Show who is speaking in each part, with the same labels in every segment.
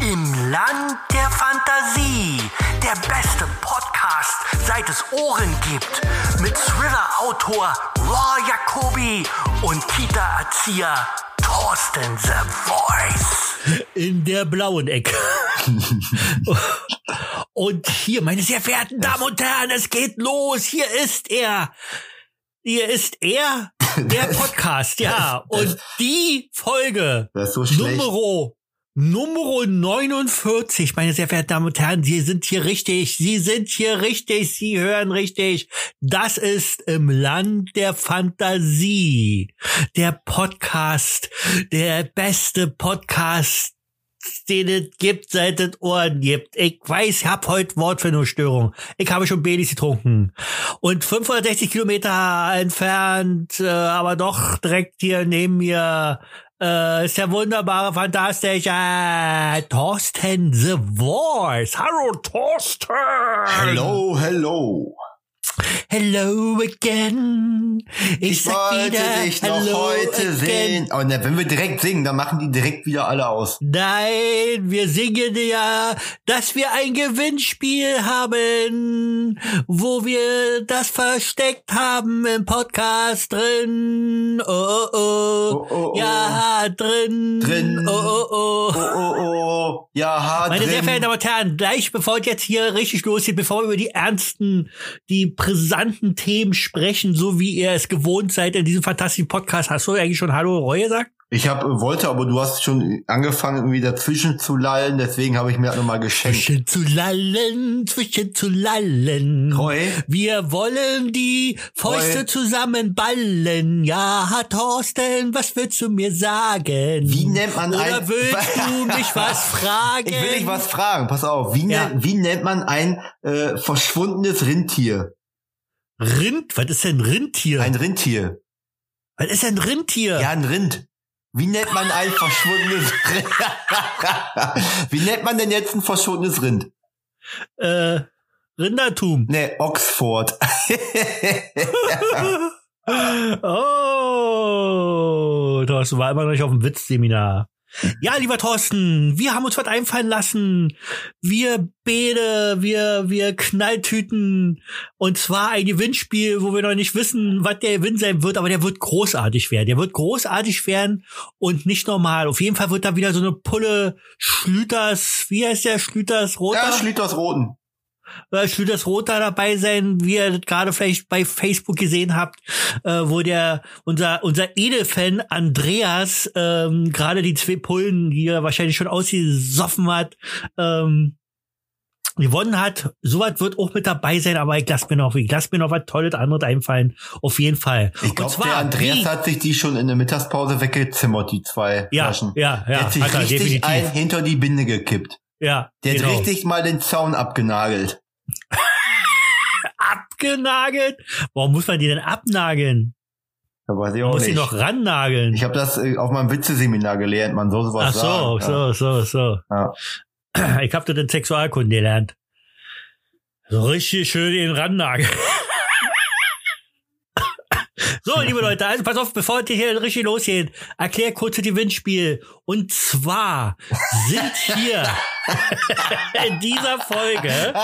Speaker 1: Im Land der Fantasie. Der beste Podcast, seit es Ohren gibt. Mit Thriller-Autor Raw Jacobi und Kita-Erzieher Thorsten The Voice.
Speaker 2: in der blauen Ecke. und hier, meine sehr verehrten Damen und Herren, es geht los. Hier ist er. Hier ist er, der Podcast, ja. Und die Folge
Speaker 3: Das ist so schlecht.
Speaker 2: Numero, Numero 49, meine sehr verehrten Damen und Herren, Sie sind hier richtig, Sie sind hier richtig, Sie hören richtig. Das ist im Land der Fantasie. Der Podcast, der beste Podcast, den es gibt, seit es Ohren gibt. Ich weiß, ich hab heute Wortfindungsstörung. Ich habe schon Baileys getrunken. Und 560 Kilometer entfernt, äh, aber doch direkt hier neben mir, äh, ist der wunderbare, fantastische Thorsten The Voice. Hallo Thorsten!
Speaker 3: Hello, hello.
Speaker 2: Hello again. Ich,
Speaker 3: Ich
Speaker 2: sag
Speaker 3: wollte
Speaker 2: wieder,
Speaker 3: dich noch
Speaker 2: hello
Speaker 3: heute
Speaker 2: again.
Speaker 3: sehen. Und wenn wir direkt singen, dann machen die direkt wieder alle aus.
Speaker 2: Nein, wir singen ja, dass wir ein Gewinnspiel haben, wo wir das versteckt haben im Podcast drin. Oh, oh, oh.
Speaker 3: Oh, oh, oh.
Speaker 2: Ja, drin.
Speaker 3: Drin.
Speaker 2: Oh, oh, oh.
Speaker 3: Oh, oh, oh. Ja, hart
Speaker 2: Meine sehr
Speaker 3: drin.
Speaker 2: verehrten Damen und Herren, gleich bevor es jetzt hier richtig losgeht, bevor wir über die ernsten, die brisanten Themen sprechen, so wie ihr es gewohnt seid in diesem fantastischen Podcast, hast du eigentlich schon Hallo Reue gesagt?
Speaker 3: ich hab, äh, wollte, aber du hast schon angefangen, irgendwie dazwischen zu lallen. Deswegen habe ich mir das nochmal geschenkt.
Speaker 2: Zwischen zu lallen, zwischen zu lallen.
Speaker 3: Roy?
Speaker 2: Wir wollen die Fäuste
Speaker 3: Roy?
Speaker 2: zusammenballen. Ja, Thorsten, was willst du mir sagen?
Speaker 3: Wie nennt man
Speaker 2: Oder
Speaker 3: ein-
Speaker 2: willst du mich was fragen?
Speaker 3: Ich will dich was fragen. Pass auf. Wie,
Speaker 2: Ja.
Speaker 3: nennt, wie nennt man ein äh, verschwundenes Rindtier?
Speaker 2: Rind? Was ist denn Rindtier?
Speaker 3: Ein Rindtier.
Speaker 2: was ist denn Rindtier?
Speaker 3: Ja, ein Rind. Wie nennt man ein verschwundenes Rind? Wie nennt man denn jetzt ein verschwundenes Rind?
Speaker 2: Äh, Rindertum.
Speaker 3: Nee, Oxford.
Speaker 2: Oh, Thorsten war immer noch nicht auf dem Witzseminar. Ja, lieber Thorsten, wir haben uns was einfallen lassen. Wir Bede, wir, wir Knalltüten. Und zwar ein Gewinnspiel, wo wir noch nicht wissen, was der Gewinn sein wird, aber der wird großartig werden. Der wird großartig werden und nicht normal. Auf jeden Fall wird da wieder so eine Pulle Schlüters, wie heißt der Schlüters Roter?
Speaker 3: Ja, Schlitters Roten.
Speaker 2: äh, Schlüters Roter dabei sein, wie ihr das gerade vielleicht bei Facebook gesehen habt, äh, wo der unser unser Edelfan Andreas ähm, gerade die zwei Pullen, die er wahrscheinlich schon ausgesoffen hat, ähm, gewonnen hat. Soweit wird auch mit dabei sein, aber ich lasse mir noch, ich lasse mir noch was Tolles anderes einfallen. Auf jeden Fall.
Speaker 3: Ich glaube, der Andreas
Speaker 2: wie-
Speaker 3: hat sich die schon in der Mittagspause weggezimmert, die zwei
Speaker 2: ja,
Speaker 3: Flaschen.
Speaker 2: ja,
Speaker 3: Der
Speaker 2: ja,
Speaker 3: hat sich
Speaker 2: hat er,
Speaker 3: richtig
Speaker 2: definitiv.
Speaker 3: ein hinter die Binde gekippt.
Speaker 2: ja,
Speaker 3: Der
Speaker 2: genau.
Speaker 3: hat richtig mal den Zaun abgenagelt.
Speaker 2: abgenagelt. Warum muss man die denn abnageln?
Speaker 3: Da weiß ich auch
Speaker 2: Muss sie
Speaker 3: nicht.
Speaker 2: noch rannageln.
Speaker 3: Ich habe das äh, auf meinem Witzeseminar gelernt, man soll sowas
Speaker 2: Ach so,
Speaker 3: sagen. Ja.
Speaker 2: so, so, so.
Speaker 3: Ja.
Speaker 2: Ich hab das in Sexualkunde gelernt. So richtig schön in den Randnagel. So, liebe Leute, also pass auf, bevor wir hier richtig losgehen, erklär kurz das Gewinnspiel. Und zwar sind hier in dieser Folge.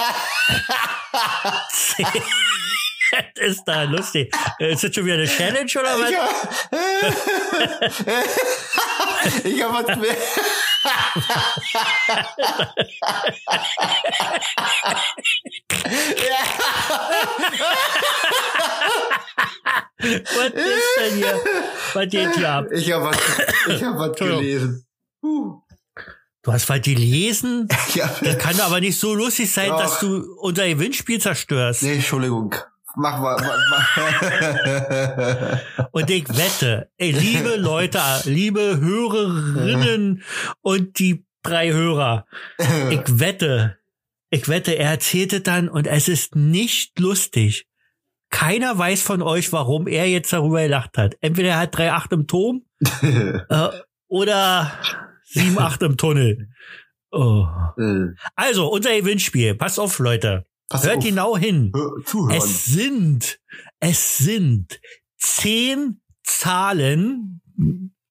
Speaker 2: das ist da lustig. Ist das schon wieder eine Challenge oder was?
Speaker 3: Ich habe was mehr.
Speaker 2: Was ist denn hier? Was geht hier ab?
Speaker 3: Ich habe was, ich hab was gelesen. Huh.
Speaker 2: Du hast was gelesen?
Speaker 3: Ich hab,
Speaker 2: Das kann doch aber nicht so lustig sein,
Speaker 3: Doch.
Speaker 2: dass du unser Gewinnspiel zerstörst.
Speaker 3: nee, Entschuldigung. Mach mal. Mach, mach.
Speaker 2: Und ich wette, ey, liebe Leute, liebe Hörerinnen und die drei Hörer, ich wette, ich wette, er erzählte dann und es ist nicht lustig. Keiner weiß von euch, warum er jetzt darüber gelacht hat. Entweder er hat 3,8 im Turm äh, oder 7,8 im Tunnel. Oh.
Speaker 3: Äh,
Speaker 2: Also, unser Gewinnspiel. Passt auf, Leute.
Speaker 3: pass
Speaker 2: Hört
Speaker 3: auf.
Speaker 2: genau hin.
Speaker 3: Hör- Zuhören.
Speaker 2: Es sind, es sind zehn Zahlen,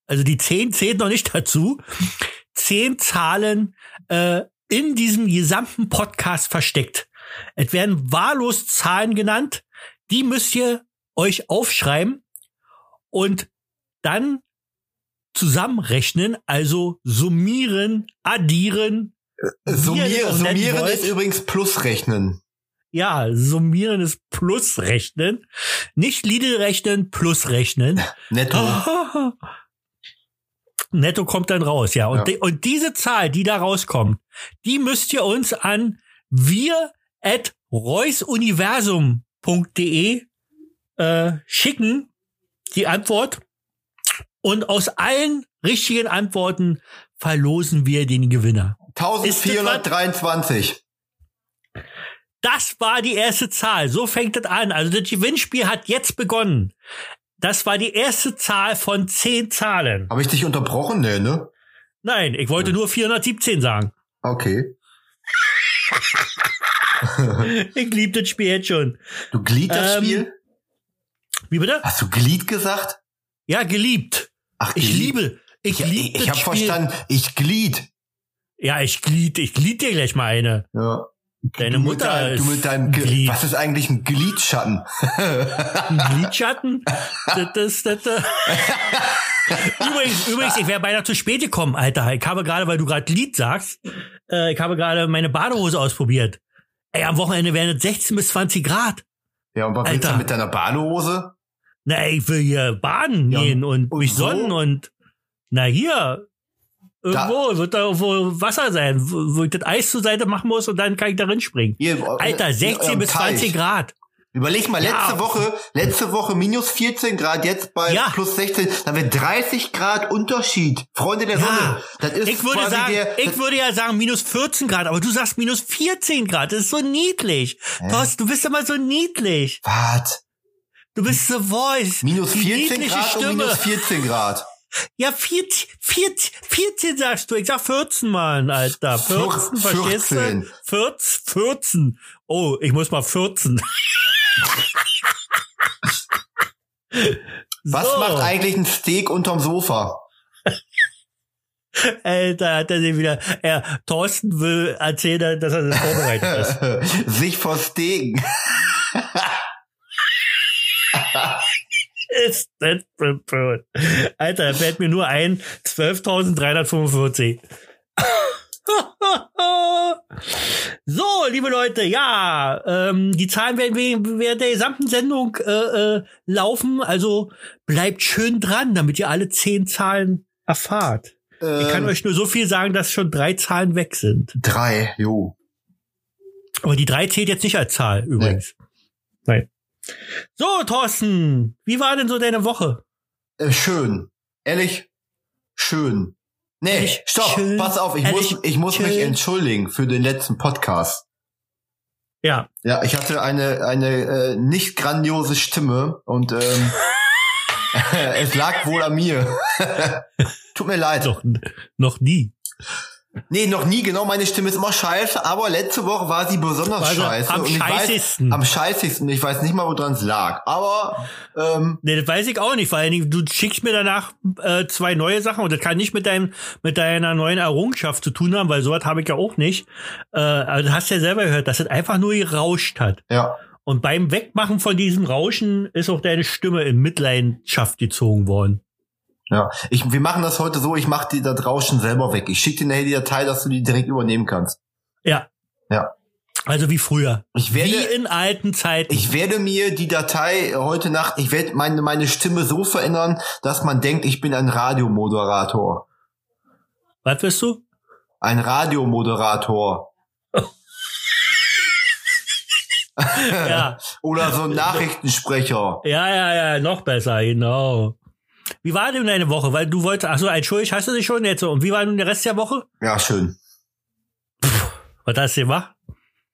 Speaker 2: also die zehn zählt noch nicht dazu, zehn Zahlen äh, in diesem gesamten Podcast versteckt. Es werden wahllos Zahlen genannt, die müsst ihr euch aufschreiben und dann zusammenrechnen, also summieren, addieren. wie ihr
Speaker 3: Summier,
Speaker 2: das nennen
Speaker 3: Äh, summieren
Speaker 2: wollt.
Speaker 3: ist übrigens Plusrechnen.
Speaker 2: Ja, summieren ist Plusrechnen. Nicht Lidl rechnen, Plusrechnen.
Speaker 3: Netto.
Speaker 2: Oh, Netto kommt dann raus, ja. Und,
Speaker 3: Ja.
Speaker 2: di- und diese Zahl, die da rauskommt, die müsst ihr uns an wir at reusuniversum.de äh, schicken, die Antwort. Und aus allen richtigen Antworten verlosen wir den Gewinner.
Speaker 3: 1423.
Speaker 2: Das war die erste Zahl. So fängt das an. Also das Gewinnspiel hat jetzt begonnen. Das war die erste Zahl von zehn Zahlen.
Speaker 3: Habe ich dich unterbrochen? Nee, ne?
Speaker 2: Nein, ich wollte nur 417 sagen.
Speaker 3: Okay.
Speaker 2: Ich lieb das Spiel jetzt schon.
Speaker 3: Du Glied das
Speaker 2: Ähm,
Speaker 3: Spiel?
Speaker 2: Wie bitte?
Speaker 3: Hast du Glied gesagt?
Speaker 2: Ja, geliebt.
Speaker 3: Ach,
Speaker 2: Ich
Speaker 3: Glied.
Speaker 2: liebe. Ich
Speaker 3: Ich,
Speaker 2: lieb
Speaker 3: ich
Speaker 2: das
Speaker 3: habe
Speaker 2: Spiel.
Speaker 3: verstanden. Ich Glied.
Speaker 2: Ja, ich glied. Ich glied dir gleich mal eine.
Speaker 3: Ja.
Speaker 2: Deine
Speaker 3: Du mit
Speaker 2: Mutter
Speaker 3: deinem-
Speaker 2: ist
Speaker 3: du mit deinem Ge-
Speaker 2: Glied.
Speaker 3: Was ist eigentlich ein Gliedschatten?
Speaker 2: Ein Lidschatten. das, das, das, das. übrigens, übrigens, ich wäre beinahe zu spät gekommen, Alter. Ich habe gerade, weil du gerade Lied sagst, äh, ich habe gerade meine Badehose ausprobiert. Ey, am Wochenende wären es 16 bis 20 Grad.
Speaker 3: Ja, und was willst du
Speaker 2: Alter.
Speaker 3: mit deiner Badehose?
Speaker 2: Na, ich will hier baden
Speaker 3: Ja,
Speaker 2: gehen und,
Speaker 3: und
Speaker 2: mich
Speaker 3: wo?
Speaker 2: sonnen und na hier.
Speaker 3: Da-
Speaker 2: Irgendwo wird da irgendwo Wasser sein, wo wo ich das Eis zur Seite machen muss und dann kann ich da springen.
Speaker 3: Hier, äh,
Speaker 2: Alter,
Speaker 3: in
Speaker 2: 16
Speaker 3: eurem
Speaker 2: bis
Speaker 3: Teich.
Speaker 2: 20 Grad.
Speaker 3: Überleg mal, letzte
Speaker 2: Ja.
Speaker 3: Woche, letzte Woche minus 14 Grad, jetzt bei
Speaker 2: Ja.
Speaker 3: plus 16, dann wird 30 Grad Unterschied. Freunde der
Speaker 2: Ja,
Speaker 3: Sonne. Das ist
Speaker 2: ich würde
Speaker 3: quasi
Speaker 2: sagen,
Speaker 3: der,
Speaker 2: ich würde ja sagen minus 14 Grad, aber du sagst minus 14 Grad. Das ist so niedlich. Thorsten, du bist immer so niedlich.
Speaker 3: Wart,
Speaker 2: Du bist The Voice.
Speaker 3: Hm. minus
Speaker 2: die
Speaker 3: 14
Speaker 2: niedliche
Speaker 3: Grad
Speaker 2: Stimme.
Speaker 3: und minus 14 Grad.
Speaker 2: Ja, 14, 14, 14 sagst du. Ich sag 14, Mann, Alter. 14,
Speaker 3: Vier-
Speaker 2: verstehst du?
Speaker 3: 14.
Speaker 2: 14, 14. Oh, ich muss mal 14.
Speaker 3: Was
Speaker 2: So,
Speaker 3: macht eigentlich ein Steak unterm Sofa?
Speaker 2: Alter, hat er sie wieder. Er, Thorsten will erzählen, dass er das vorbereitet ist.
Speaker 3: Sich verstegen.
Speaker 2: ist das blöd. Alter, da fällt mir nur ein 12.345. so, liebe Leute, ja, ähm, die Zahlen werden we- während der gesamten Sendung äh, äh, laufen. Also bleibt schön dran, damit ihr alle zehn Zahlen erfahrt. Ich kann
Speaker 3: Ähm,
Speaker 2: euch nur so viel sagen, dass schon drei Zahlen weg sind.
Speaker 3: drei, jo.
Speaker 2: Aber die drei zählt jetzt nicht als Zahl übrigens. Nein. So, Thorsten, wie war denn so deine Woche?
Speaker 3: Äh, schön. Ehrlich, schön. Nee,
Speaker 2: Ehrlich,
Speaker 3: stopp,
Speaker 2: schön.
Speaker 3: pass auf, ich
Speaker 2: Ehrlich,
Speaker 3: muss, ich muss mich
Speaker 2: schön.
Speaker 3: entschuldigen für den letzten Podcast.
Speaker 2: Ja,
Speaker 3: Ja, ich hatte eine, eine äh, nicht grandiose Stimme und ähm, es lag wohl an mir. Tut mir leid.
Speaker 2: Doch, noch nie.
Speaker 3: Nee, noch nie, genau, meine Stimme ist immer scheiße, aber letzte Woche war sie besonders
Speaker 2: Also
Speaker 3: scheiße.
Speaker 2: am
Speaker 3: und ich
Speaker 2: scheißigsten.
Speaker 3: Weiß, am scheißigsten. Ich weiß nicht mal, woran es lag. Aber ähm,
Speaker 2: Nee, das weiß ich auch nicht, vor allen Dingen, du schickst mir danach äh, zwei neue Sachen und das kann nicht mit deinem, mit deiner neuen Errungenschaft zu tun haben, weil sowas habe ich ja auch nicht. Äh, aber du hast ja selber gehört, dass es einfach nur gerauscht hat.
Speaker 3: ja,
Speaker 2: Und beim Wegmachen von diesem Rauschen ist auch deine Stimme in Mitleidenschaft gezogen worden.
Speaker 3: ja. Ich, wir machen das heute so, ich mache die da draußen selber weg. Ich schicke dir nachher die Datei, dass du die direkt übernehmen kannst.
Speaker 2: Ja.
Speaker 3: Ja.
Speaker 2: Also wie früher.
Speaker 3: Ich werde-
Speaker 2: wie in alten Zeiten.
Speaker 3: Ich werde mir die Datei heute Nacht, ich werde meine, meine Stimme so verändern, dass man denkt, ich bin ein Radiomoderator.
Speaker 2: Was wirst du?
Speaker 3: Ein Radiomoderator.
Speaker 2: ja.
Speaker 3: Oder so ein Nachrichtensprecher.
Speaker 2: Ja, ja, ja, noch besser, genau. Wie war denn deine Woche? Weil du wolltest, ach so, entschuldigt, hast du dich schon jetzt so. Und wie war nun der Rest der Woche?
Speaker 3: Ja, schön.
Speaker 2: Was hast du gemacht?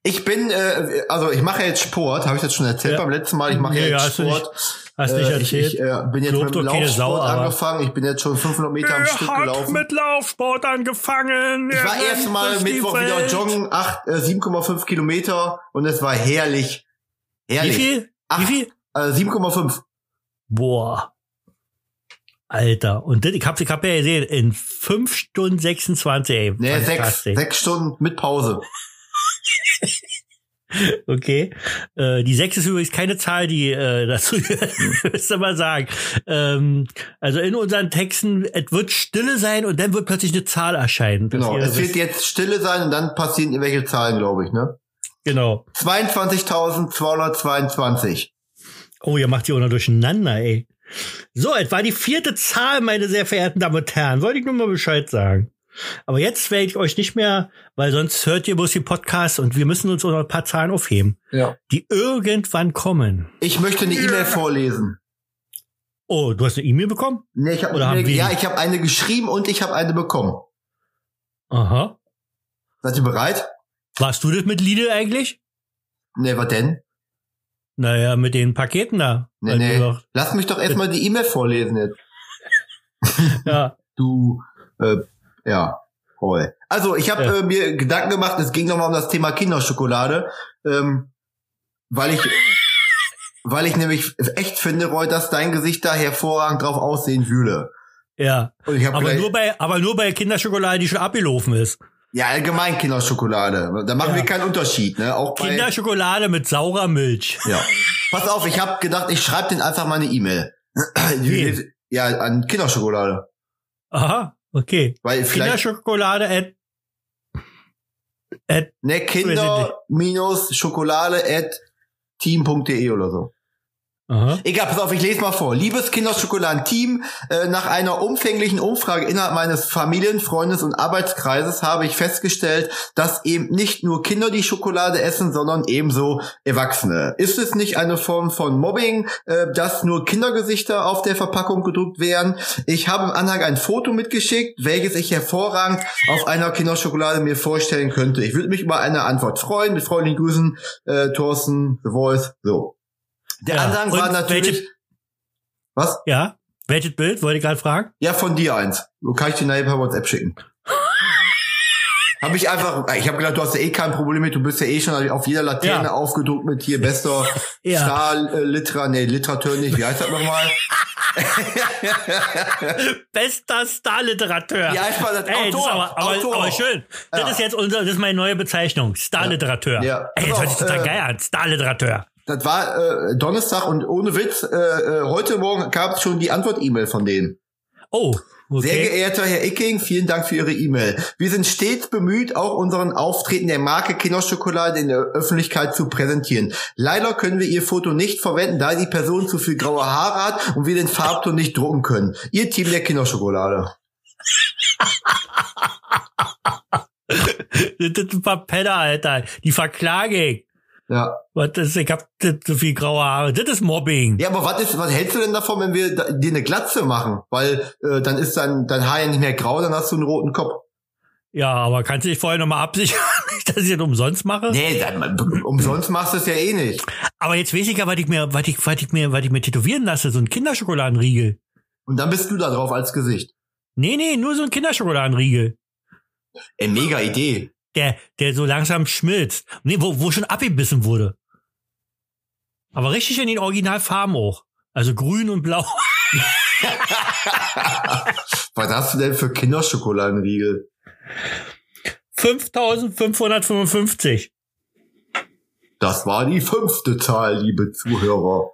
Speaker 3: Ich bin, äh, also ich mache jetzt Sport, habe ich das schon erzählt
Speaker 2: Ja.
Speaker 3: beim letzten Mal. Ich mache
Speaker 2: Nee,
Speaker 3: ja, jetzt
Speaker 2: hast du
Speaker 3: Sport.
Speaker 2: Hast du
Speaker 3: Äh,
Speaker 2: nicht
Speaker 3: ich
Speaker 2: erzählt?
Speaker 3: ich äh, bin jetzt
Speaker 2: Lobt
Speaker 3: mit dem
Speaker 2: doch keine
Speaker 3: Laufsport
Speaker 2: Sau, aber-
Speaker 3: angefangen. Ich bin jetzt schon 500 Meter am Stück gelaufen.
Speaker 2: Laufsport angefangen.
Speaker 3: Ich war erst mal Mittwoch wieder joggen, acht, äh, 7,5 Kilometer und es war herrlich.
Speaker 2: Wie
Speaker 3: Herrlich. Äh,
Speaker 2: viel? Wie
Speaker 3: Acht.
Speaker 2: viel?
Speaker 3: Äh, 7,5.
Speaker 2: Boah. Alter. Und das, ich hab, ich hab ja gesehen, in fünf Stunden 26, ey.
Speaker 3: Nee, sechs,
Speaker 2: Fantastisch.
Speaker 3: sechs Stunden mit Pause.
Speaker 2: Okay. Äh, die sechs ist übrigens keine Zahl, die äh, dazu müsst ihr mal sagen. Ähm, also in unseren Texten, es wird Stille sein und dann wird plötzlich eine Zahl erscheinen. dass
Speaker 3: Genau.
Speaker 2: ihr
Speaker 3: Es wird
Speaker 2: wisst-
Speaker 3: jetzt Stille sein und dann passieren irgendwelche Zahlen, glaube ich, ne?
Speaker 2: genau.
Speaker 3: 22.222.
Speaker 2: Oh, ihr macht die auch noch durcheinander, ey. So, es war die vierte Zahl, meine sehr verehrten Damen und Herren. Wollte ich nur mal Bescheid sagen. Aber jetzt werde ich euch nicht mehr, weil sonst hört ihr bloß die Podcasts und wir müssen uns auch noch ein paar Zahlen aufheben,
Speaker 3: Ja.
Speaker 2: die irgendwann kommen.
Speaker 3: Ich möchte eine E-Mail vorlesen.
Speaker 2: Oh, du hast eine E-Mail bekommen?
Speaker 3: Nee, ich hab
Speaker 2: Oder
Speaker 3: eine,
Speaker 2: haben wir
Speaker 3: ja,
Speaker 2: die?
Speaker 3: ich habe eine geschrieben und ich habe eine bekommen.
Speaker 2: Aha.
Speaker 3: Seid ihr bereit?
Speaker 2: Warst du das mit Lidl eigentlich?
Speaker 3: Nee, was denn?
Speaker 2: Naja, mit den Paketen da.
Speaker 3: Nee,
Speaker 2: Weil du
Speaker 3: nee.
Speaker 2: doch-
Speaker 3: Lass mich doch erstmal die E-Mail vorlesen jetzt.
Speaker 2: Ja,
Speaker 3: Du, äh, ja, voll. Also, ich habe
Speaker 2: Ja.
Speaker 3: äh, mir Gedanken gemacht, es ging nochmal um das Thema Kinderschokolade, ähm, weil ich, weil ich nämlich echt finde, Roy, dass dein Gesicht da hervorragend drauf aussehen würde.
Speaker 2: ja.
Speaker 3: Und ich hab
Speaker 2: Aber
Speaker 3: gleich-
Speaker 2: nur bei, aber nur bei Kinderschokolade, die schon abgelaufen ist.
Speaker 3: ja, allgemein Kinderschokolade. Da machen
Speaker 2: Ja.
Speaker 3: wir keinen Unterschied, ne? Auch bei,
Speaker 2: Kinderschokolade mit saurer Milch.
Speaker 3: ja. Pass auf, ich habe gedacht, ich schreibe den einfach mal eine E-Mail.
Speaker 2: Wen?
Speaker 3: ja, an Kinderschokolade.
Speaker 2: Aha, okay.
Speaker 3: Weil vielleicht
Speaker 2: Kinderschokolade at, at
Speaker 3: Ne, Kinder-Schokolade at team.de oder so.
Speaker 2: aha.
Speaker 3: Egal, pass auf, ich lese mal vor. Liebes Kinderschokoladen-Team, äh, nach einer umfänglichen Umfrage innerhalb meines Familien, Freundes und Arbeitskreises habe ich festgestellt, dass eben nicht nur Kinder die Schokolade essen, sondern ebenso Erwachsene. Ist es nicht eine Form von Mobbing, äh, dass nur Kindergesichter auf der Verpackung gedruckt werden? Ich habe im Anhang ein Foto mitgeschickt, welches ich hervorragend auf einer Kinderschokolade mir vorstellen könnte. Ich würde mich über eine Antwort freuen. Mit freundlichen Grüßen, äh, Thorsten, The Voice, so. Der
Speaker 2: Ja,
Speaker 3: Anhang war
Speaker 2: und
Speaker 3: natürlich.
Speaker 2: welche-
Speaker 3: was?
Speaker 2: Ja, welches Bild wollte ich gerade fragen?
Speaker 3: Ja, von dir eins. Du kann ich dir nachher per WhatsApp schicken. Habe ich einfach, ich habe gedacht, du hast ja eh kein Problem mit, du bist ja eh schon auf jeder Laterne
Speaker 2: Ja.
Speaker 3: aufgedruckt mit hier bester
Speaker 2: Ja.
Speaker 3: Star äh, Litra, nee, Literateur nicht, wie heißt das nochmal?
Speaker 2: Bester Starliterateur.
Speaker 3: Ja, ich war das
Speaker 2: Ey, das ist
Speaker 3: Autor,
Speaker 2: aber, aber,
Speaker 3: Autor.
Speaker 2: aber schön. Das
Speaker 3: Ja.
Speaker 2: ist jetzt unser, das ist meine neue Bezeichnung. Starliterateur.
Speaker 3: Ja. Ja.
Speaker 2: Ey, das hört sich
Speaker 3: Pass auf,
Speaker 2: total
Speaker 3: äh,
Speaker 2: geil an. Starliterateur.
Speaker 3: Das war äh, Donnerstag und ohne Witz, äh, äh, heute Morgen gab es schon die Antwort-E-Mail von denen.
Speaker 2: Oh, okay.
Speaker 3: Sehr geehrter Herr Icking, vielen Dank für Ihre E-Mail. Wir sind stets bemüht, auch unseren Auftreten der Marke Kinderschokolade in der Öffentlichkeit zu präsentieren. Leider können wir Ihr Foto nicht verwenden, da die Person zu viel graue Haare hat und wir den Farbton nicht drucken können. Ihr Team der Kinderschokolade.
Speaker 2: Das sind ein paar Penner, Alter. Die verklage ich.
Speaker 3: Ja.
Speaker 2: Was ist, ich hab das so viel graue Haare. Das ist Mobbing.
Speaker 3: Ja, aber was ist, was hältst du denn davon, wenn wir da, dir eine Glatze machen? Weil äh, dann ist dein, dein Haar ja nicht mehr grau, dann hast du einen roten Kopf.
Speaker 2: Ja, aber kannst du dich vorher nochmal absichern, dass ich das umsonst mache?
Speaker 3: Nee, dann, umsonst machst du es ja eh nicht.
Speaker 2: Aber jetzt weiß ich ja, was ich mir, was ich, was ich mir, was ich mir tätowieren lasse. So ein Kinderschokoladenriegel.
Speaker 3: Und dann bist du da drauf als Gesicht.
Speaker 2: Nee, nee, nur so ein Kinderschokoladenriegel.
Speaker 3: Ey, Äh, mega Idee.
Speaker 2: Der, der so langsam schmilzt. Nee, wo, wo schon abgebissen wurde. Aber richtig in den Originalfarben auch. Also grün und blau.
Speaker 3: Was hast du denn für Kinderschokoladenriegel?
Speaker 2: 5555.
Speaker 3: Das war die fünfte Zahl, liebe Zuhörer.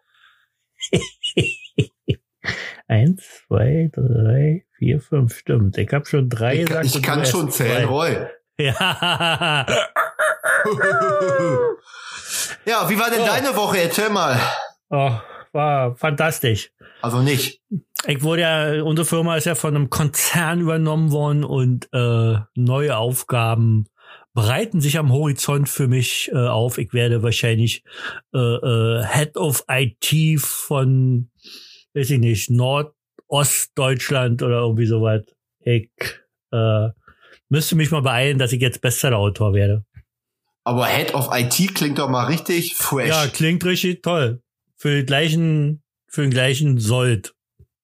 Speaker 2: Eins, zwei, drei, vier, fünf. Stimmt. Ich habe schon drei
Speaker 3: Ich,
Speaker 2: gesagt.
Speaker 3: ich
Speaker 2: und
Speaker 3: kann
Speaker 2: du
Speaker 3: schon
Speaker 2: erst zwei.
Speaker 3: zählen, Roy.
Speaker 2: Ja.
Speaker 3: ja, wie war denn
Speaker 2: So.
Speaker 3: deine Woche? Erzähl mal.
Speaker 2: Oh, war fantastisch.
Speaker 3: Also nicht.
Speaker 2: Ich wurde ja, unsere Firma ist ja von einem Konzern übernommen worden und äh, neue Aufgaben breiten sich am Horizont für mich äh, auf. Ich werde wahrscheinlich äh, äh, Head of IT von, weiß ich nicht, Nordostdeutschland oder irgendwie sowas. Ich äh, müsste mich mal beeilen, dass ich jetzt Bestseller-Autor werde.
Speaker 3: Aber Head of IT klingt doch mal richtig fresh.
Speaker 2: Ja, klingt richtig toll. Für den gleichen, für den gleichen Sold.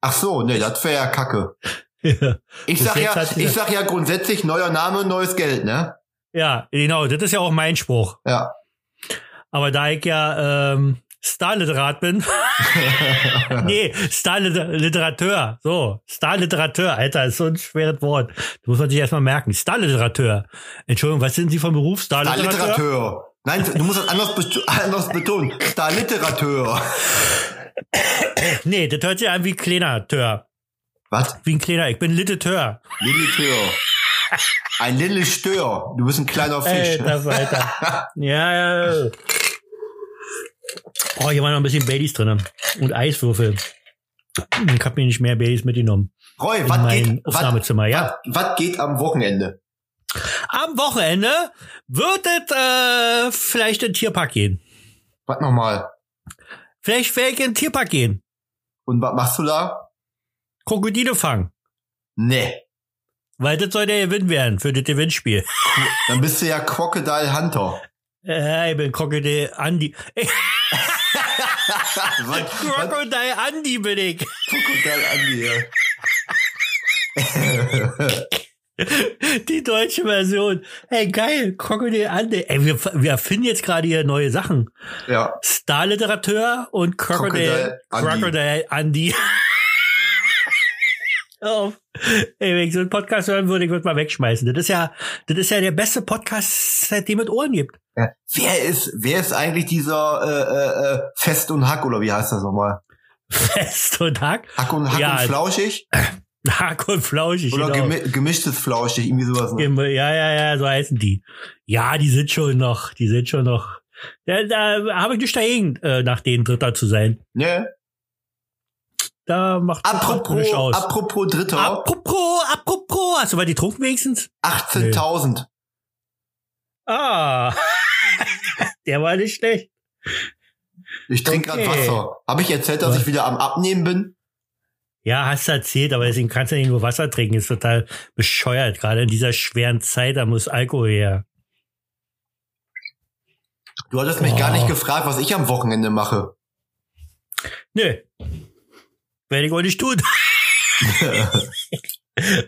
Speaker 3: Ach so, nee, das wäre ja kacke. Ich
Speaker 2: Bis
Speaker 3: sag
Speaker 2: jetzt
Speaker 3: ja,
Speaker 2: hat sie
Speaker 3: ich
Speaker 2: das-
Speaker 3: sag ja grundsätzlich neuer Name, neues Geld, ne?
Speaker 2: ja, genau, das ist ja auch mein Spruch.
Speaker 3: Ja.
Speaker 2: Aber da ich ja ähm, Starliterat bin. nee, Starliterateur. So, Starliterateur, Alter, ist so ein schweres Wort. Das muss man sich erstmal merken. Starliterateur. Entschuldigung, was sind Sie vom Beruf? Starliterateur?
Speaker 3: Literateur. Nein, du musst das anders, best- anders betonen. Da Literateur.
Speaker 2: Nee, das hört sich an wie kleiner Tör.
Speaker 3: Was?
Speaker 2: Wie ein kleiner, ich bin Litteteur.
Speaker 3: Lilitör. Ein Little Stör. Du bist ein kleiner Fisch.
Speaker 2: Ey,
Speaker 3: ne?
Speaker 2: das Alter. ja, ja. Oh, hier waren noch ein bisschen Baileys drin. ne? Und Eiswürfel. Ich habe mir nicht mehr Baileys mitgenommen.
Speaker 3: Roy,
Speaker 2: In
Speaker 3: was
Speaker 2: mein
Speaker 3: geht, was,
Speaker 2: Aufnahmezimmer, ja.
Speaker 3: was geht am Wochenende?
Speaker 2: Am Wochenende wird es äh, vielleicht in den Tierpark gehen.
Speaker 3: Was nochmal?
Speaker 2: Vielleicht werde ich in den Tierpark gehen.
Speaker 3: Und was machst du da?
Speaker 2: Krokodile fangen.
Speaker 3: Nee.
Speaker 2: Weil das soll der Gewinn werden für das Gewinnspiel.
Speaker 3: Dann bist du ja Crocodile Hunter.
Speaker 2: Äh, ich bin Krokodil Andi. Ey,
Speaker 3: was, was,
Speaker 2: Krokodil Andi bin ich.
Speaker 3: Crocodile Andy, ja.
Speaker 2: Die deutsche Version. Ey, geil. Krokodil Andi. Ey, wir, wir erfinden jetzt gerade hier neue Sachen.
Speaker 3: ja.
Speaker 2: Starliterateur und Crocodile, Crocodile
Speaker 3: Crocodile
Speaker 2: Andy. Hör auf. Ey, wenn ich so einen Podcast hören würde, ich würde mal wegschmeißen. Das ist ja, das ist ja der beste Podcast, seitdem es Ohren gibt.
Speaker 3: Wer ist, wer ist eigentlich dieser äh, äh, äh, Fest und Hack oder wie heißt das nochmal?
Speaker 2: Fest und Hack.
Speaker 3: Hack und Hack
Speaker 2: Ja,
Speaker 3: und Flauschig?
Speaker 2: Hack und flauschig.
Speaker 3: Oder
Speaker 2: genau.
Speaker 3: gemi gemischtes Flauschig, irgendwie sowas. Ne?
Speaker 2: Gem- Ja, ja, ja, so heißen die. Ja, die sind schon noch, die sind schon noch. Da, da habe ich nicht dagegen, äh, nach denen Dritter zu sein.
Speaker 3: Ne?
Speaker 2: Da macht das auch
Speaker 3: Apropos,
Speaker 2: nicht aus.
Speaker 3: apropos Dritter,
Speaker 2: apropos, apropos. Hast du mal die getrunken wenigstens?
Speaker 3: 18.000.
Speaker 2: Ah, der war nicht schlecht.
Speaker 3: Ich trinke
Speaker 2: Okay.
Speaker 3: gerade Wasser. Habe ich erzählt, dass
Speaker 2: Was?
Speaker 3: ich wieder am Abnehmen bin?
Speaker 2: Ja, hast du erzählt, aber deswegen kannst du ja nicht nur Wasser trinken. Ist total bescheuert. Gerade in dieser schweren Zeit, da muss Alkohol her.
Speaker 3: Du hattest mich gar
Speaker 2: Oh.
Speaker 3: nicht gefragt, was ich am Wochenende mache.
Speaker 2: Nö. Werde ich wohl nicht tun.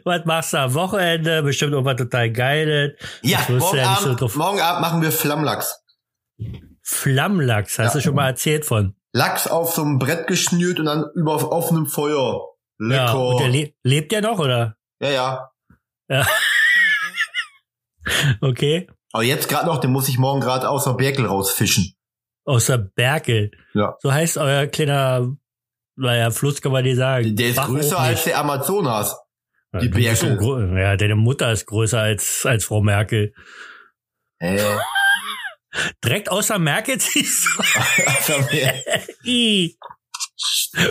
Speaker 2: Was machst du am Wochenende? Bestimmt irgendwas total Geiles.
Speaker 3: Ja,
Speaker 2: Ich wusste
Speaker 3: morgen,
Speaker 2: ja nicht so
Speaker 3: Abend,
Speaker 2: drauf.
Speaker 3: morgen Abend machen wir Flammlachs.
Speaker 2: Flammlachs, hast
Speaker 3: Ja.
Speaker 2: du schon mal erzählt von.
Speaker 3: Lachs auf so einem Brett geschnürt und dann über auf offenem Feuer.
Speaker 2: Ja, und der
Speaker 3: Lecker.
Speaker 2: le lebt der noch, oder?
Speaker 3: Ja, ja.
Speaker 2: Okay.
Speaker 3: Aber jetzt gerade noch, den muss ich morgen gerade aus der Berkel rausfischen.
Speaker 2: Außer Berkel.
Speaker 3: Ja.
Speaker 2: So heißt euer kleiner, naja, Fluss kann man nicht sagen.
Speaker 3: Der ist
Speaker 2: Bach
Speaker 3: größer
Speaker 2: auch nicht.
Speaker 3: als der Amazonas.
Speaker 2: Ja,
Speaker 3: Die
Speaker 2: du bist
Speaker 3: Berkel.
Speaker 2: so grö- Ja, deine Mutter ist größer als, als Frau Merkel.
Speaker 3: Äh,
Speaker 2: Direkt außer Merkel ziehst du.
Speaker 3: also, äh,
Speaker 2: Ih.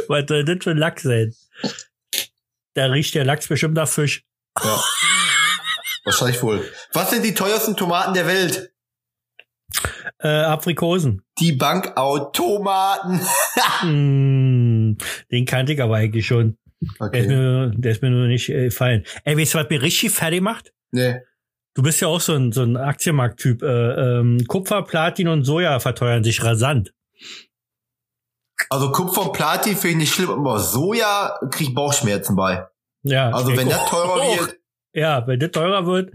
Speaker 2: Was soll das für ein Lachs sein? Da riecht der Lachs bestimmt nach Fisch.
Speaker 3: ja. Wahrscheinlich wohl. Was sind die teuersten Tomaten der Welt?
Speaker 2: Äh, Aprikosen.
Speaker 3: Die Bankautomaten.
Speaker 2: Hm, den kannte ich aber eigentlich schon. Der ist
Speaker 3: Okay.
Speaker 2: mir, der ist mir nur nicht äh, gefallen. Ey, weißt du, was mir richtig fertig macht?
Speaker 3: Nee.
Speaker 2: Du bist ja auch so ein, so ein Aktienmarkttyp. Äh, ähm, Kupfer, Platin und Soja verteuern sich rasant.
Speaker 3: Also Kupfer und Platin finde ich nicht schlimm, aber Soja krieg ich Bauchschmerzen bei.
Speaker 2: Ja,
Speaker 3: Also
Speaker 2: ey,
Speaker 3: wenn
Speaker 2: guck-
Speaker 3: das teurer
Speaker 2: Oh.
Speaker 3: wird,
Speaker 2: ja, wenn das teurer wird,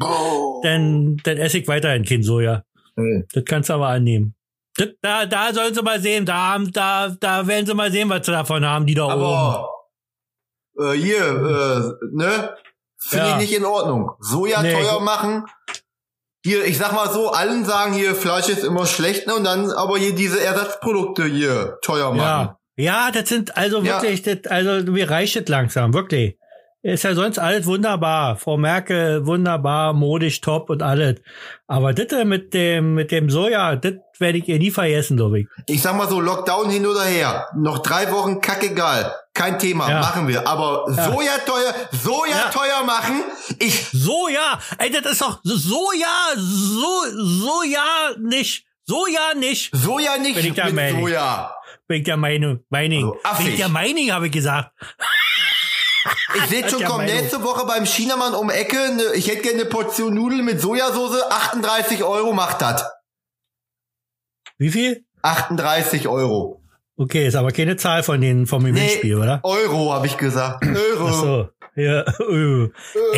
Speaker 2: dann, dann esse ich weiterhin kein Soja.
Speaker 3: Hm.
Speaker 2: Das kannst du aber annehmen. Das, da, da sollen sie mal sehen, da, haben, da, da werden sie mal sehen, was sie davon haben, die da oben.
Speaker 3: aber äh, hier, äh, ne? Finde
Speaker 2: Oh. Ja.
Speaker 3: ich nicht in Ordnung. Soja
Speaker 2: Nee,
Speaker 3: teuer
Speaker 2: gut.
Speaker 3: machen. Hier, ich sag mal so, allen sagen hier, Fleisch ist immer schlecht, ne? Und dann aber hier diese Ersatzprodukte hier teuer machen.
Speaker 2: Ja. ja, das sind also
Speaker 3: Ja.
Speaker 2: wirklich, das, also mir reicht das langsam, wirklich. Ist ja sonst alles wunderbar. Frau Merkel, wunderbar, modisch, top und alles. Aber das äh, mit dem, mit dem Soja, das werde ich ihr nie vergessen, glaube ich.
Speaker 3: Ich sag mal so, Lockdown hin oder her. Noch drei Wochen, kackegal. Kein Thema,
Speaker 2: Ja.
Speaker 3: machen wir. Aber
Speaker 2: Ja.
Speaker 3: Soja teuer, Soja
Speaker 2: Ja.
Speaker 3: teuer machen. Ich
Speaker 2: Soja, ey, das ist doch Soja, so, Soja nicht, Soja nicht.
Speaker 3: Soja nicht
Speaker 2: Bin ich da
Speaker 3: mit
Speaker 2: meinig.
Speaker 3: Soja.
Speaker 2: Bin ich der Meinung, Meining.
Speaker 3: Also, affig.
Speaker 2: Bin ich der Meining, habe ich gesagt.
Speaker 3: Ich sehe schon,
Speaker 2: Ja,
Speaker 3: komm,
Speaker 2: Meinung.
Speaker 3: nächste Woche beim Chinamann um Ecke, ne, ich hätte gerne eine Portion Nudeln mit Sojasauce, 38 Euro macht das.
Speaker 2: Wie viel?
Speaker 3: 38 Euro.
Speaker 2: Okay, ist aber keine Zahl von denen vom Gewinnspiel, oder?
Speaker 3: Euro, habe ich gesagt.
Speaker 2: Ach
Speaker 3: Euro.
Speaker 2: so. Ja, äh.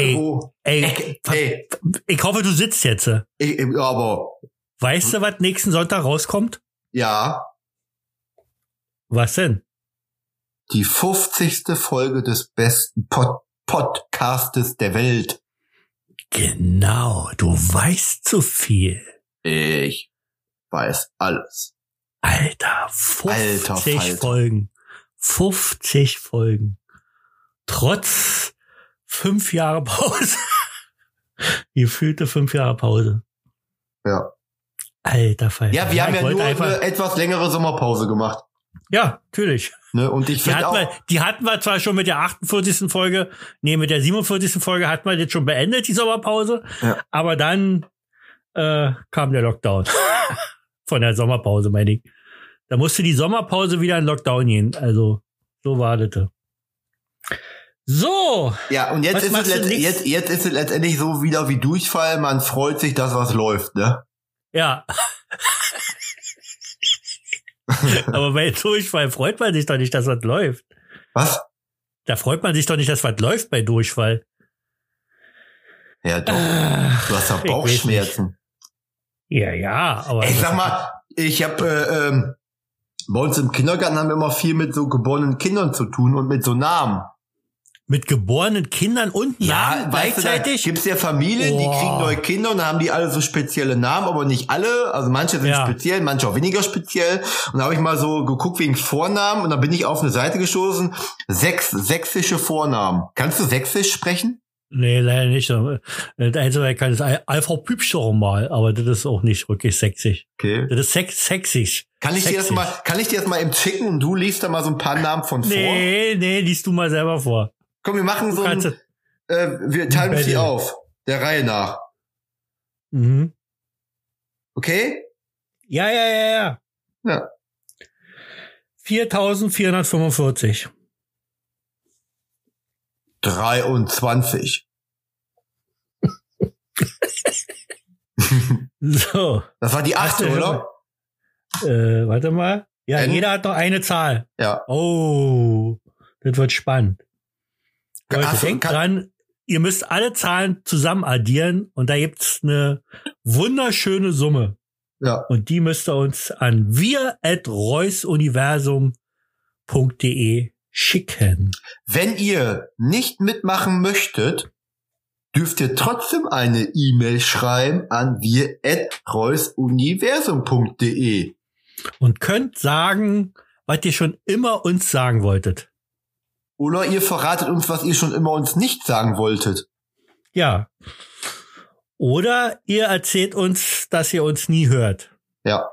Speaker 3: Euro.
Speaker 2: ey,
Speaker 3: Ey,
Speaker 2: ich hoffe, du sitzt jetzt. äh.
Speaker 3: ich, aber,
Speaker 2: Weißt du, was nächsten Sonntag rauskommt?
Speaker 3: ja,
Speaker 2: Was denn?
Speaker 3: Die 50. Folge des besten Pod Podcastes der Welt.
Speaker 2: Genau, du weißt zu viel.
Speaker 3: Ich weiß alles.
Speaker 2: Alter, 50
Speaker 3: Alter Falter.
Speaker 2: Folgen. 50 Folgen. Trotz fünf Jahre Pause. Gefühlte fünf Jahre Pause.
Speaker 3: Ja.
Speaker 2: Alter Falter.
Speaker 3: Ja, wir haben
Speaker 2: ich
Speaker 3: ja
Speaker 2: wollte
Speaker 3: nur
Speaker 2: einfach,
Speaker 3: eine etwas längere Sommerpause gemacht.
Speaker 2: Ja, natürlich.
Speaker 3: Ne? Und ich
Speaker 2: Die
Speaker 3: finde
Speaker 2: hatten,
Speaker 3: auch,
Speaker 2: wir, die hatten wir zwar schon mit der 48. Folge, nee, mit der 47. Folge hatten wir jetzt schon beendet, die Sommerpause.
Speaker 3: Ja.
Speaker 2: Aber dann äh, kam der Lockdown. Von der Sommerpause, meine ich. Da musste die Sommerpause wieder in Lockdown gehen. Also, so wartete. So,
Speaker 3: ja, und
Speaker 2: Was
Speaker 3: jetzt ist, es
Speaker 2: machst du
Speaker 3: letzt-
Speaker 2: nix?
Speaker 3: jetzt, jetzt ist es letztendlich so wieder wie Durchfall. Man freut sich, dass was läuft, ne?
Speaker 2: ja. Aber bei Durchfall freut man sich doch nicht, dass was läuft.
Speaker 3: Was?
Speaker 2: Da freut man sich doch nicht, dass was läuft bei Durchfall.
Speaker 3: Ja, doch. Du hast ja
Speaker 2: ich weiß
Speaker 3: Bauchschmerzen.
Speaker 2: Ja, ja, aber.
Speaker 3: Ich sag mal, ich habe äh, ähm, bei uns im Kindergarten haben wir immer viel mit so geborenen Kindern zu tun und mit so Namen.
Speaker 2: Mit geborenen Kindern und Namen
Speaker 3: weißt du, da
Speaker 2: gleichzeitig?
Speaker 3: gibt's ja Familien, die
Speaker 2: Boah.
Speaker 3: kriegen neue Kinder und dann haben die alle so spezielle Namen, aber nicht alle. Also manche sind
Speaker 2: Ja.
Speaker 3: speziell, manche auch weniger speziell. Und da habe ich mal so geguckt wegen Vornamen und dann bin ich auf eine Seite gestoßen. Sechs sächsische Vornamen. Kannst du sächsisch sprechen?
Speaker 2: nee, leider nicht. Das Einzige, was ich kann, ist Al- Alpha Pübscher mal, aber das ist auch nicht wirklich sexy.
Speaker 3: Okay.
Speaker 2: Das ist sex sexy.
Speaker 3: Kann ich dir das
Speaker 2: Sächsisch.
Speaker 3: mal, kann ich dir das mal eben schicken und du liest da mal so ein paar Namen von vor?
Speaker 2: Nee, nee, liest du mal selber vor.
Speaker 3: Komm, wir machen so ein,
Speaker 2: Kannst du-
Speaker 3: äh, wir teilen uns die
Speaker 2: Bälle.
Speaker 3: auf. Der Reihe nach.
Speaker 2: Mhm.
Speaker 3: Okay?
Speaker 2: Ja, ja, ja, ja.
Speaker 3: Ja.
Speaker 2: 4445.
Speaker 3: 23.
Speaker 2: So,
Speaker 3: Das war die
Speaker 2: Hast
Speaker 3: achte,
Speaker 2: du schon
Speaker 3: oder?
Speaker 2: äh, warte mal. Ja,
Speaker 3: N?
Speaker 2: jeder hat noch eine Zahl.
Speaker 3: Ja.
Speaker 2: Oh, das wird spannend. Leute,
Speaker 3: Hast du-
Speaker 2: denkt
Speaker 3: kann-
Speaker 2: dran, ihr müsst alle Zahlen zusammen addieren und da gibt's eine wunderschöne Summe.
Speaker 3: Ja.
Speaker 2: Und die müsst ihr uns an wir.reusuniversum.de E schicken.
Speaker 3: Wenn ihr nicht mitmachen möchtet, dürft ihr trotzdem eine E-Mail schreiben an wir@reusuniversum.de.
Speaker 2: Und könnt sagen, was ihr schon immer uns sagen wolltet.
Speaker 3: Oder ihr verratet uns, was ihr schon immer uns nicht sagen wolltet.
Speaker 2: Ja. Oder ihr erzählt uns, dass ihr uns nie hört.
Speaker 3: Ja.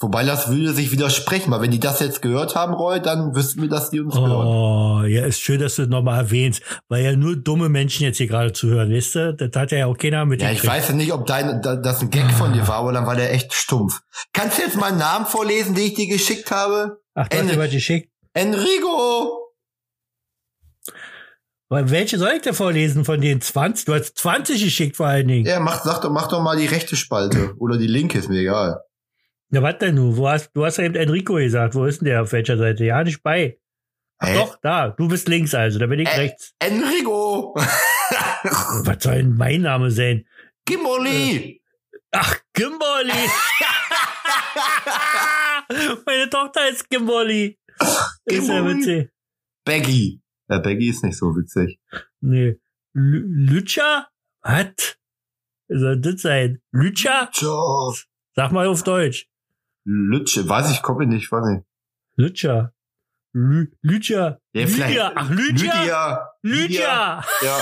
Speaker 3: Wobei das würde sich widersprechen, weil wenn die das jetzt gehört haben, Roy, dann wüssten wir, dass die uns hören.
Speaker 2: Oh, ja, ist schön, dass du das nochmal erwähnst, weil ja nur dumme Menschen jetzt hier gerade zuhören, weißt du? Das hat ja auch keiner mit
Speaker 3: Ja, ich weiß ja nicht, ob dein, da- das ein Gag von dir war, aber dann war der echt stumpf. Kannst du jetzt mal einen Namen vorlesen, den ich dir geschickt habe?
Speaker 2: Ach, du hast dir
Speaker 3: Ende.
Speaker 2: was geschickt.
Speaker 3: Enrico!
Speaker 2: Weil Welche soll ich denn vorlesen von den 20? Du hast 20 geschickt vor allen Dingen. Ja,
Speaker 3: Ja, mach, sag doch, mach doch mal die rechte Spalte. Oder die linke, ist mir egal.
Speaker 2: Na, was denn nun? Du hast, du hast ja eben Enrico gesagt. Wo ist denn der? Auf welcher Seite? Ja, nicht bei. Ach,
Speaker 3: Hä?
Speaker 2: doch, da. Du bist links also. Da bin ich
Speaker 3: Äh.
Speaker 2: rechts.
Speaker 3: Enrico!
Speaker 2: Was soll denn mein Name sein? Äh.
Speaker 3: Kimberly!
Speaker 2: Ach, Kimberly. Meine Tochter ist Kimberly. Ist ja
Speaker 3: Kimberly.
Speaker 2: witzig.
Speaker 3: Baggy. Ja, Baggy ist nicht so witzig.
Speaker 2: Nee. Lü- Lütscher? Was? Soll das sein? Lütscher?
Speaker 3: Tja.
Speaker 2: Sag mal auf Deutsch.
Speaker 3: Lütsche, weiß ich, kommt mir nicht, weiß nicht.
Speaker 2: Lütscher. Lü Lütscher.
Speaker 3: Ja, vielleicht-
Speaker 2: Lydia. Ach, Lydia.
Speaker 3: Lydia!
Speaker 2: Lydia.
Speaker 3: Ja.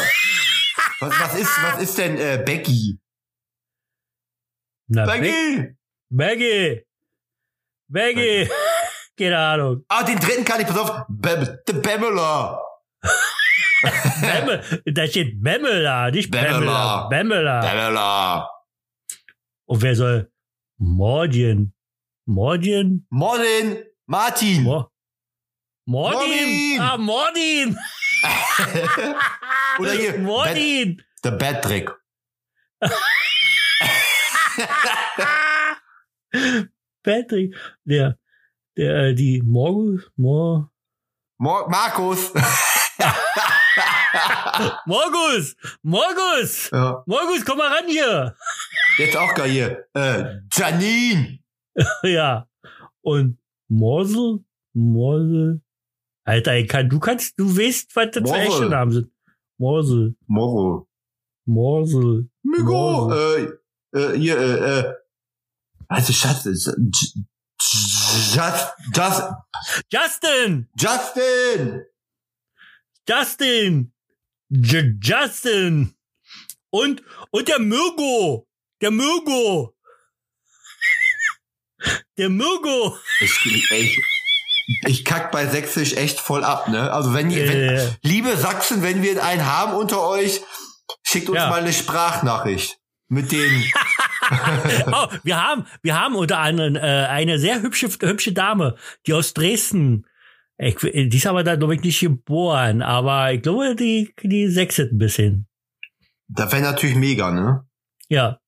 Speaker 3: Was, was ist, was ist denn, äh, Becky?
Speaker 2: Na, Be-
Speaker 3: Becky!
Speaker 2: Maggie. Maggie. Keine Ahnung.
Speaker 3: Ah, den dritten kann ich, pass auf. Beb, the Bamela.
Speaker 2: Bemme. Da steht Bemmela, nicht Bemmela.
Speaker 3: Bemmela.
Speaker 2: Bemmela.
Speaker 3: Bamela.
Speaker 2: Und wer soll? Mordien. Mordien?
Speaker 3: Morgen, Martin.
Speaker 2: Mo Mordin.
Speaker 3: Mordin.
Speaker 2: Ah, Mordin.
Speaker 3: Oder hier. Bad,
Speaker 2: Mordin.
Speaker 3: the Bad Trick.
Speaker 2: Patrick, der, der, äh, die Morgen, Mor
Speaker 3: Mor Markus.
Speaker 2: Morgus, Morgus,
Speaker 3: ja.
Speaker 2: Morgus, komm mal ran hier.
Speaker 3: Jetzt auch geil hier. Äh, Janine.
Speaker 2: ja. Und Morsel? Morsel? Alter, ich kann, du kannst, du weißt, was das für
Speaker 3: Morsel.
Speaker 2: echte Namen sind. Morsel,
Speaker 3: Moro.
Speaker 2: Morsel.
Speaker 3: Migo,
Speaker 2: Morsel.
Speaker 3: äh, äh, hier, äh, äh. Also, Schatz, J- J- Just, Just,
Speaker 2: Justin!
Speaker 3: Justin!
Speaker 2: Justin! J Justin! Und, und der Mirgo! Der Mirgo! Der Mirgo!
Speaker 3: Ich, ey, ich, ich kack bei Sächsisch echt voll ab, ne? Also wenn ihr, wenn,
Speaker 2: Äh,
Speaker 3: liebe Sachsen, wenn wir einen haben unter euch, schickt uns
Speaker 2: Ja.
Speaker 3: mal eine Sprachnachricht mit den
Speaker 2: oh, wir haben, wir haben unter anderem äh, eine sehr hübsche, hübsche Dame, die aus Dresden. Ich, die ist aber da, glaube ich, nicht geboren, aber ich glaube, die, die sechset ein bisschen.
Speaker 3: Das wäre natürlich mega, ne?
Speaker 2: Ja.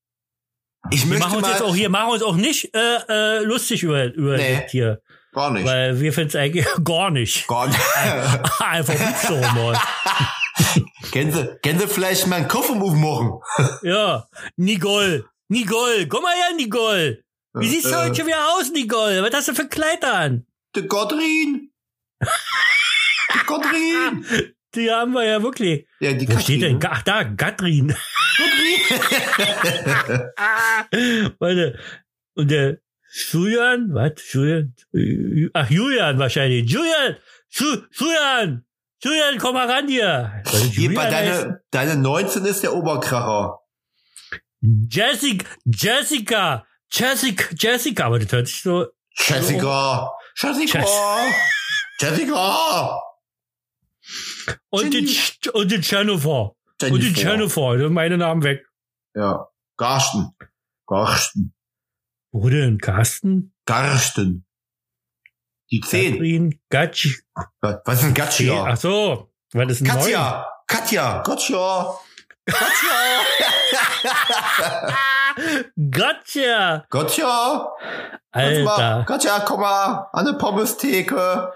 Speaker 3: Ich
Speaker 2: Wir
Speaker 3: möchte
Speaker 2: machen uns
Speaker 3: mal
Speaker 2: jetzt auch hier, machen uns auch nicht äh, äh, lustig über, über
Speaker 3: Nee.
Speaker 2: das hier.
Speaker 3: gar nicht.
Speaker 2: Weil wir finden es eigentlich gar nicht.
Speaker 3: Gar nicht.
Speaker 2: Einfach Humor.
Speaker 3: Gänse, Gänsefleisch mal einen Kopf umrufen machen.
Speaker 2: Ja. Nigol. Nigol. Komm mal her, Nigol. Wie siehst
Speaker 3: äh.
Speaker 2: du heute schon wieder aus, Nigol? Was hast du für Kleider an?
Speaker 3: De Godrin. De Godrin.
Speaker 2: Die haben wir ja wirklich.
Speaker 3: Ja, die
Speaker 2: Wo steht denn? Ga-
Speaker 3: Katrin.
Speaker 2: Ach, da, Gatrin. Warte. Und der Julian, was? Julian? Äh, Ach, Julian wahrscheinlich. Julian! Ju- Julian! Julian, komm mal ran hier. Was ist
Speaker 3: Hier bei
Speaker 2: Julian heißt?
Speaker 3: deine, deine 19 ist der Oberkracher.
Speaker 2: Jessica, Jessica, Jessica, Jessica, aber das hört sich so,
Speaker 3: Jessica. Jessica. Jessica.
Speaker 2: und den, Sch- und den Jennifer, und den Jennifer, das sind meine Namen weg.
Speaker 3: Ja. Garsten. Garsten.
Speaker 2: Wo denn? Carsten?
Speaker 3: Garsten. Die 10.
Speaker 2: Katrin, Gatsch,
Speaker 3: Was ist ein Gatscha?
Speaker 2: ach so, was ist ein Neun?
Speaker 3: Katja! Katja! Gotcha! Gotcha!
Speaker 2: Gotcha!
Speaker 3: Gotcha!
Speaker 2: Alter.
Speaker 3: Gotcha, komm mal an eine Pommestheke.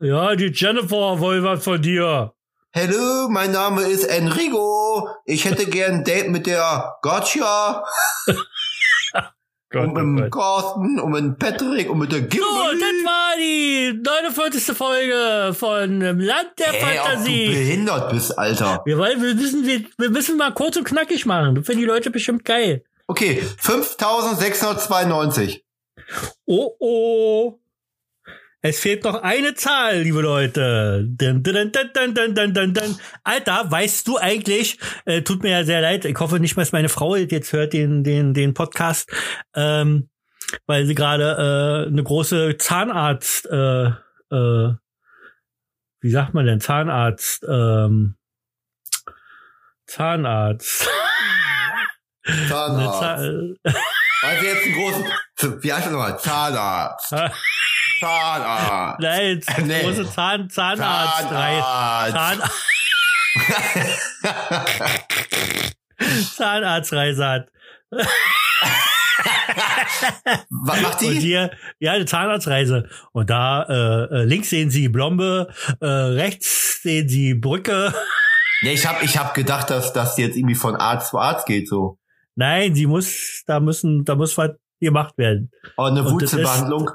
Speaker 2: Ja, die Jennifer wollen was von dir.
Speaker 3: Hallo, mein Name ist Enrico. Ich hätte gern ein Date mit der Gotcha,
Speaker 2: Gott,
Speaker 3: um mit
Speaker 2: oh Gott.
Speaker 3: Carsten, um mit Patrick, um mit der
Speaker 2: So, das
Speaker 3: Kimberly.
Speaker 2: war die 49. Folge von ähm, Land der
Speaker 3: Ey, ob du
Speaker 2: Fantasie.
Speaker 3: behindert bist, Alter.
Speaker 2: Wir wollen, wir müssen, wir, wir müssen mal kurz und knackig machen. Das finden die Leute bestimmt geil.
Speaker 3: Okay, 5692.
Speaker 2: Oh oh. Es fehlt noch eine Zahl, liebe Leute. Dun, dun, dun, dun, dun, dun, dun, dun. Alter, weißt du eigentlich, äh, tut mir ja sehr leid, ich hoffe nicht, dass meine Frau jetzt hört den, den, den Podcast, ähm, weil sie gerade äh, eine große Zahnarzt, äh, äh, wie sagt man denn, Zahnarzt, ähm, Zahnarzt. Eine
Speaker 3: Zahnarzt.
Speaker 2: Zahn- äh,
Speaker 3: Also jetzt einen großen, wie heißt das nochmal? Zahnarzt.
Speaker 2: Ah.
Speaker 3: Zahnarzt.
Speaker 2: Nein,
Speaker 3: Nee.
Speaker 2: große Zahn, Zahnarzt.
Speaker 3: Zahnarzt.
Speaker 2: Zahnarzt. Zahnarztreise hat.
Speaker 3: Was macht
Speaker 2: Und
Speaker 3: die?
Speaker 2: hier, ja, eine Zahnarztreise. Und da äh, äh, links sehen Sie Blombe, äh, rechts sehen Sie Brücke.
Speaker 3: Nee, ich hab, ich hab gedacht, dass das jetzt irgendwie von Arzt zu Arzt geht, so.
Speaker 2: Nein, sie muss, da müssen, da muss was gemacht werden.
Speaker 3: Oh, eine
Speaker 2: Und das
Speaker 3: Wurzelbehandlung.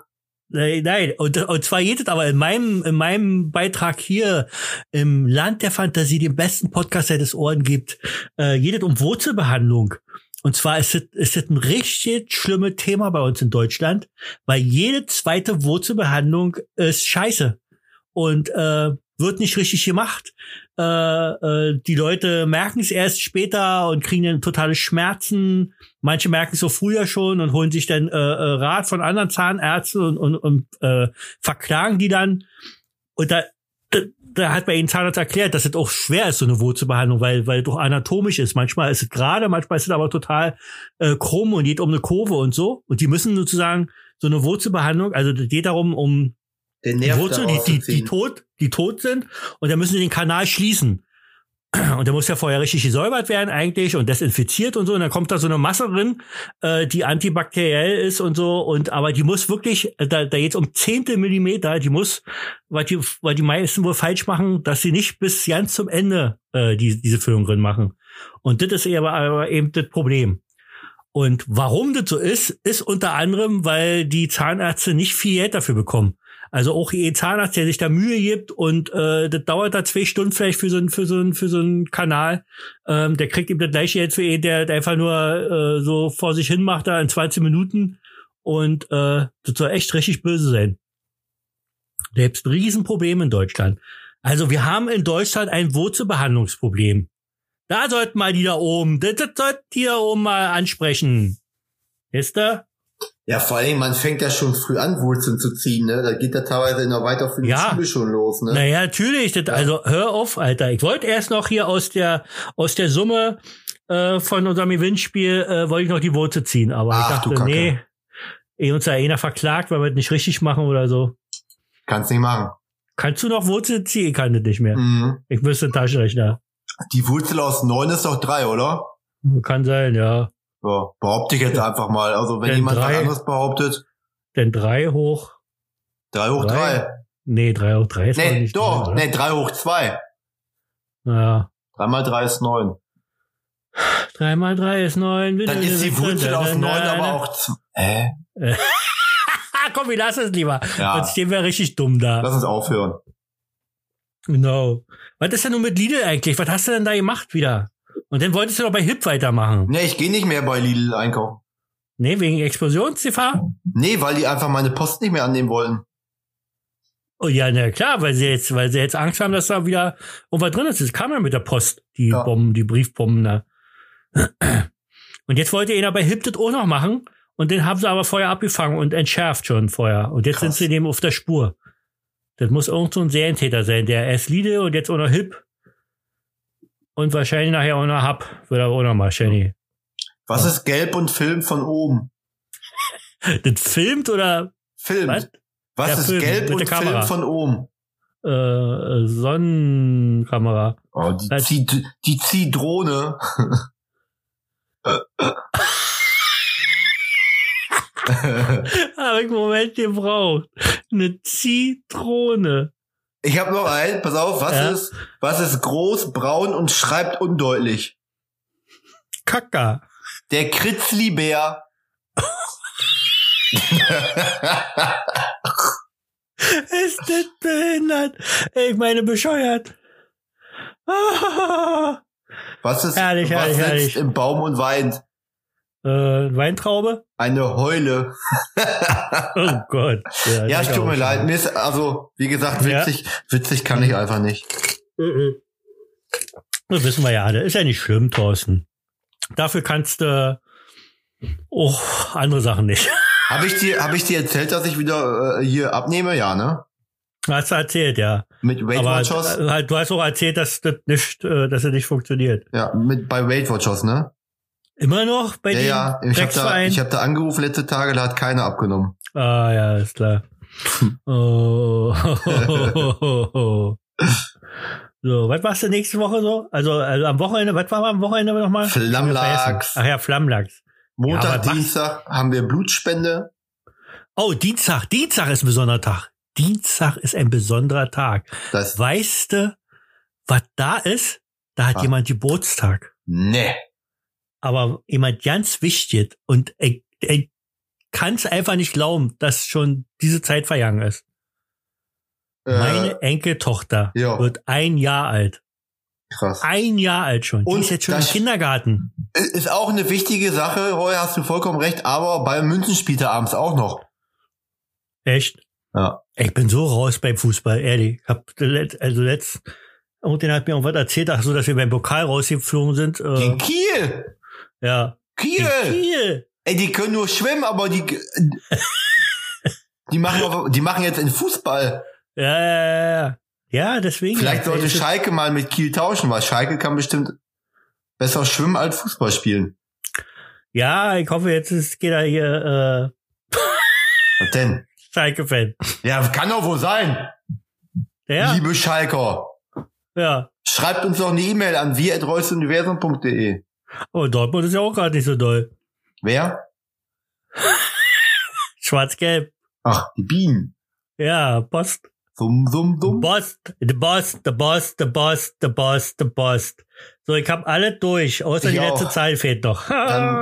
Speaker 2: Nein, nein. Und, und zwar jedes, aber in meinem, in meinem Beitrag hier im Land der Fantasie, dem besten Podcast, der des Ohren gibt, äh, jedes um Wurzelbehandlung. Und zwar ist es ist es ein richtig schlimmes Thema bei uns in Deutschland, weil jede zweite Wurzelbehandlung ist scheiße und äh, wird nicht richtig gemacht. Äh, äh, die Leute merken es erst später und kriegen dann totale Schmerzen. Manche merken es so früher schon und holen sich dann äh, äh, Rat von anderen Zahnärzten und, und, und äh, verklagen die dann. Und da, da, da hat bei ihnen Zahnarzt erklärt, dass es auch schwer ist, so eine Wurzelbehandlung, weil, weil es doch anatomisch ist. Manchmal ist es gerade, manchmal ist es aber total äh, krumm und geht um eine Kurve und so. Und die müssen sozusagen so eine Wurzelbehandlung, also das geht darum, um
Speaker 3: Den
Speaker 2: die
Speaker 3: Nerv
Speaker 2: Wurzeln, die,
Speaker 3: daraus
Speaker 2: die,
Speaker 3: zu
Speaker 2: die,
Speaker 3: ziehen.
Speaker 2: tot, die tot sind und dann müssen sie den Kanal schließen. Und der muss ja vorher richtig gesäubert werden eigentlich und desinfiziert und so. Und dann kommt da so eine Masse drin, äh, die antibakteriell ist und so. Und aber die muss wirklich, äh, da, da geht's um Zehntel Millimeter, die muss, weil die, weil die meisten wohl falsch machen, dass sie nicht bis ganz zum Ende äh, die, diese Füllung drin machen. Und das ist aber, aber eben das Problem. Und warum das so ist, ist unter anderem, weil die Zahnärzte nicht viel Geld dafür bekommen. Also auch ihr Zahnarzt, der sich da Mühe gibt und äh, das dauert da zwei Stunden vielleicht für so einen für so einen für so einen Kanal, ähm, der kriegt eben das gleiche Geld für ihn, der das einfach nur äh, so vor sich hin macht da in 20 Minuten und äh, das soll echt richtig böse sein. Selbst ein Riesenproblem in Deutschland. Also wir haben in Deutschland ein Wurzelbehandlungsproblem. Da sollten mal die da oben, das, das sollten die da oben mal ansprechen. Ist da?
Speaker 3: Ja, vor allem, man fängt ja schon früh an, Wurzeln zu ziehen, ne? Da geht ja teilweise in der weiterführenden
Speaker 2: Ja.
Speaker 3: Schule schon los, ne?
Speaker 2: Naja, natürlich. Das, Also hör auf, Alter. Ich wollte erst noch hier aus der aus der Summe äh, von unserem Gewinnspiel äh, wollte ich noch die Wurzel ziehen, aber
Speaker 3: Ach,
Speaker 2: ich dachte,
Speaker 3: du Kacke.
Speaker 2: nee, eh uns da einer verklagt, weil wir das nicht richtig machen oder so.
Speaker 3: Kannst nicht machen.
Speaker 2: Kannst du noch Wurzel ziehen? Ich kann das nicht mehr.
Speaker 3: Mhm.
Speaker 2: Ich müsste einen Taschenrechner.
Speaker 3: Die Wurzel aus neun ist doch drei, oder?
Speaker 2: Kann sein, ja.
Speaker 3: Ja, behaupte ich jetzt einfach mal. Also wenn
Speaker 2: Denn
Speaker 3: jemand
Speaker 2: Äh,
Speaker 3: was
Speaker 2: drei-
Speaker 3: anderes behauptet,
Speaker 2: Denn drei hoch.
Speaker 3: drei hoch
Speaker 2: Drei?
Speaker 3: drei.
Speaker 2: Nee, drei hoch drei ist doch
Speaker 3: Nee,
Speaker 2: nicht
Speaker 3: doch,
Speaker 2: drin, oder?
Speaker 3: nee, drei hoch zwei.
Speaker 2: Ja.
Speaker 3: Drei mal drei ist neun.
Speaker 2: Drei mal drei ist neun.
Speaker 3: Dann ist die Wurzel aus neun aber auch z- Hä?
Speaker 2: Ah, komm, wir lassen es lieber.
Speaker 3: Ja.
Speaker 2: Sonst stehen wir richtig dumm da.
Speaker 3: Lass uns aufhören.
Speaker 2: Genau. Was ist denn nun mit Lidl eigentlich? Was hast du denn da gemacht wieder? Und dann wolltest du doch bei HIP weitermachen.
Speaker 3: Nee, ich gehe nicht mehr bei Lidl einkaufen.
Speaker 2: Nee, wegen Explosionsgefahr?
Speaker 3: Nee, weil die einfach meine Post nicht mehr annehmen wollen.
Speaker 2: Oh ja, na klar, weil sie jetzt, weil sie jetzt Angst haben, dass da wieder irgendwas drin ist. Das kam ja mit der Post, die
Speaker 3: Ja.
Speaker 2: Bomben, die Briefbomben da. Und jetzt wollte einer bei HIP das auch noch machen. Und den haben sie aber vorher abgefangen und entschärft schon vorher. Und jetzt
Speaker 3: Krass.
Speaker 2: sind sie dem auf der Spur. Das muss irgend so ein Serientäter sein, der erst Lidl und jetzt auch noch HIP. Und wahrscheinlich nachher auch noch Hub. Wird aber auch noch mal, Jenny.
Speaker 3: Was ist gelb und Film von oben?
Speaker 2: das filmt oder
Speaker 3: Film.
Speaker 2: was?
Speaker 3: Was,
Speaker 2: Ja,
Speaker 3: ist
Speaker 2: Film, mit
Speaker 3: gelb
Speaker 2: der
Speaker 3: und Film
Speaker 2: Kamera.
Speaker 3: von oben?
Speaker 2: Äh, äh, Sonnenkamera.
Speaker 3: Oh, die,
Speaker 2: Was?
Speaker 3: Zid die Zidrone.
Speaker 2: Habe ich einen Moment gebraucht. Eine Zitrone.
Speaker 3: Ich habe noch einen. Pass auf, was
Speaker 2: Ja.
Speaker 3: ist was ist groß, braun und schreibt undeutlich?
Speaker 2: Kaka.
Speaker 3: Der Kritzlibär.
Speaker 2: Ist das behindert? Ich meine bescheuert. Äh, Ah,
Speaker 3: Was ist
Speaker 2: Herrlich,
Speaker 3: was
Speaker 2: herrlich,
Speaker 3: sitzt
Speaker 2: herrlich.
Speaker 3: im Baum und weint?
Speaker 2: äh, Weintraube?
Speaker 3: Eine Heule.
Speaker 2: Oh Gott.
Speaker 3: Ja,
Speaker 2: das
Speaker 3: es tut
Speaker 2: auch
Speaker 3: mir
Speaker 2: schon.
Speaker 3: leid. Mir ist, also, wie gesagt,
Speaker 2: Ja.
Speaker 3: witzig, witzig kann ich einfach nicht.
Speaker 2: Mhm. Das wissen wir ja alle. Ist ja nicht schlimm, Thorsten. Dafür kannst du oh, andere Sachen nicht.
Speaker 3: Habe ich dir, habe ich dir erzählt, dass ich wieder äh, hier abnehme? Ja, ne?
Speaker 2: Hast du erzählt, ja.
Speaker 3: Mit Weight
Speaker 2: Aber
Speaker 3: Watchers?
Speaker 2: äh, halt, du hast auch erzählt, dass das nicht, äh, dass das nicht funktioniert.
Speaker 3: Ja, mit bei Weight Watchers, ne?
Speaker 2: Immer noch bei
Speaker 3: Ja,
Speaker 2: dem
Speaker 3: ja. Ich habe da,
Speaker 2: Drecksverein?
Speaker 3: ich hab da angerufen letzte Tage, da hat keiner abgenommen.
Speaker 2: ah ja, ist klar. Oh. so, was machst du nächste Woche so? Also, also am Wochenende, was war am Wochenende nochmal?
Speaker 3: Flammlachs.
Speaker 2: Ach ja, Flammlachs. Ja,
Speaker 3: Montag,
Speaker 2: aber was-
Speaker 3: Dienstag haben wir Blutspende.
Speaker 2: Oh, Dienstag. Dienstag ist ein besonderer Tag. Dienstag ist ein besonderer Tag.
Speaker 3: Das,
Speaker 2: Weißt du, was da ist? Da hat
Speaker 3: Ah.
Speaker 2: jemand Geburtstag.
Speaker 3: ne.
Speaker 2: aber jemand ganz wichtig und ich, ich kann es einfach nicht glauben, dass schon diese Zeit vergangen ist.
Speaker 3: Äh,
Speaker 2: Meine Enkeltochter
Speaker 3: ja.
Speaker 2: wird ein Jahr alt.
Speaker 3: krass.
Speaker 2: Ein Jahr alt schon. Die
Speaker 3: Und
Speaker 2: ist jetzt schon im
Speaker 3: das-
Speaker 2: Kindergarten.
Speaker 3: Ist auch eine wichtige Sache, Roy, hast du vollkommen recht, aber beim Münzenspieler abends auch noch.
Speaker 2: Echt?
Speaker 3: Ja.
Speaker 2: Ich bin so raus beim Fußball, ehrlich. Ich hab let- also letzt und den hat mir irgendwas erzählt, ach so, dass wir beim Pokal rausgeflogen sind. Äh,
Speaker 3: Gegen Kiel!
Speaker 2: ja.
Speaker 3: Kiel!
Speaker 2: Kiel.
Speaker 3: Ey, die können nur schwimmen, aber die, äh, die machen, auf, die machen jetzt in Fußball.
Speaker 2: Ja, ja, ja, ja. Ja, deswegen.
Speaker 3: Vielleicht sollte
Speaker 2: Ist es-
Speaker 3: Schalke mal mit Kiel tauschen, weil Schalke kann bestimmt besser schwimmen als Fußball spielen.
Speaker 2: Ja, ich hoffe, jetzt ist, geht er hier äh,
Speaker 3: Was denn?
Speaker 2: Schalke-Fan.
Speaker 3: Ja, kann doch wohl sein.
Speaker 2: Ja,
Speaker 3: Liebe Schalker,
Speaker 2: ja.
Speaker 3: schreibt uns doch eine E-Mail an wir@reusuniversum.de.
Speaker 2: Oh, Dortmund ist ja auch gerade nicht so doll.
Speaker 3: Wer?
Speaker 2: Schwarz-Gelb.
Speaker 3: Ach, die Bienen.
Speaker 2: Ja, Post.
Speaker 3: Summ, summ, summ.
Speaker 2: Post. The Post, the Post, the Post, the Post, the Post. So, ich habe alle durch, außer
Speaker 3: Ich
Speaker 2: die letzte
Speaker 3: auch.
Speaker 2: Zahl fehlt noch.
Speaker 3: Dann-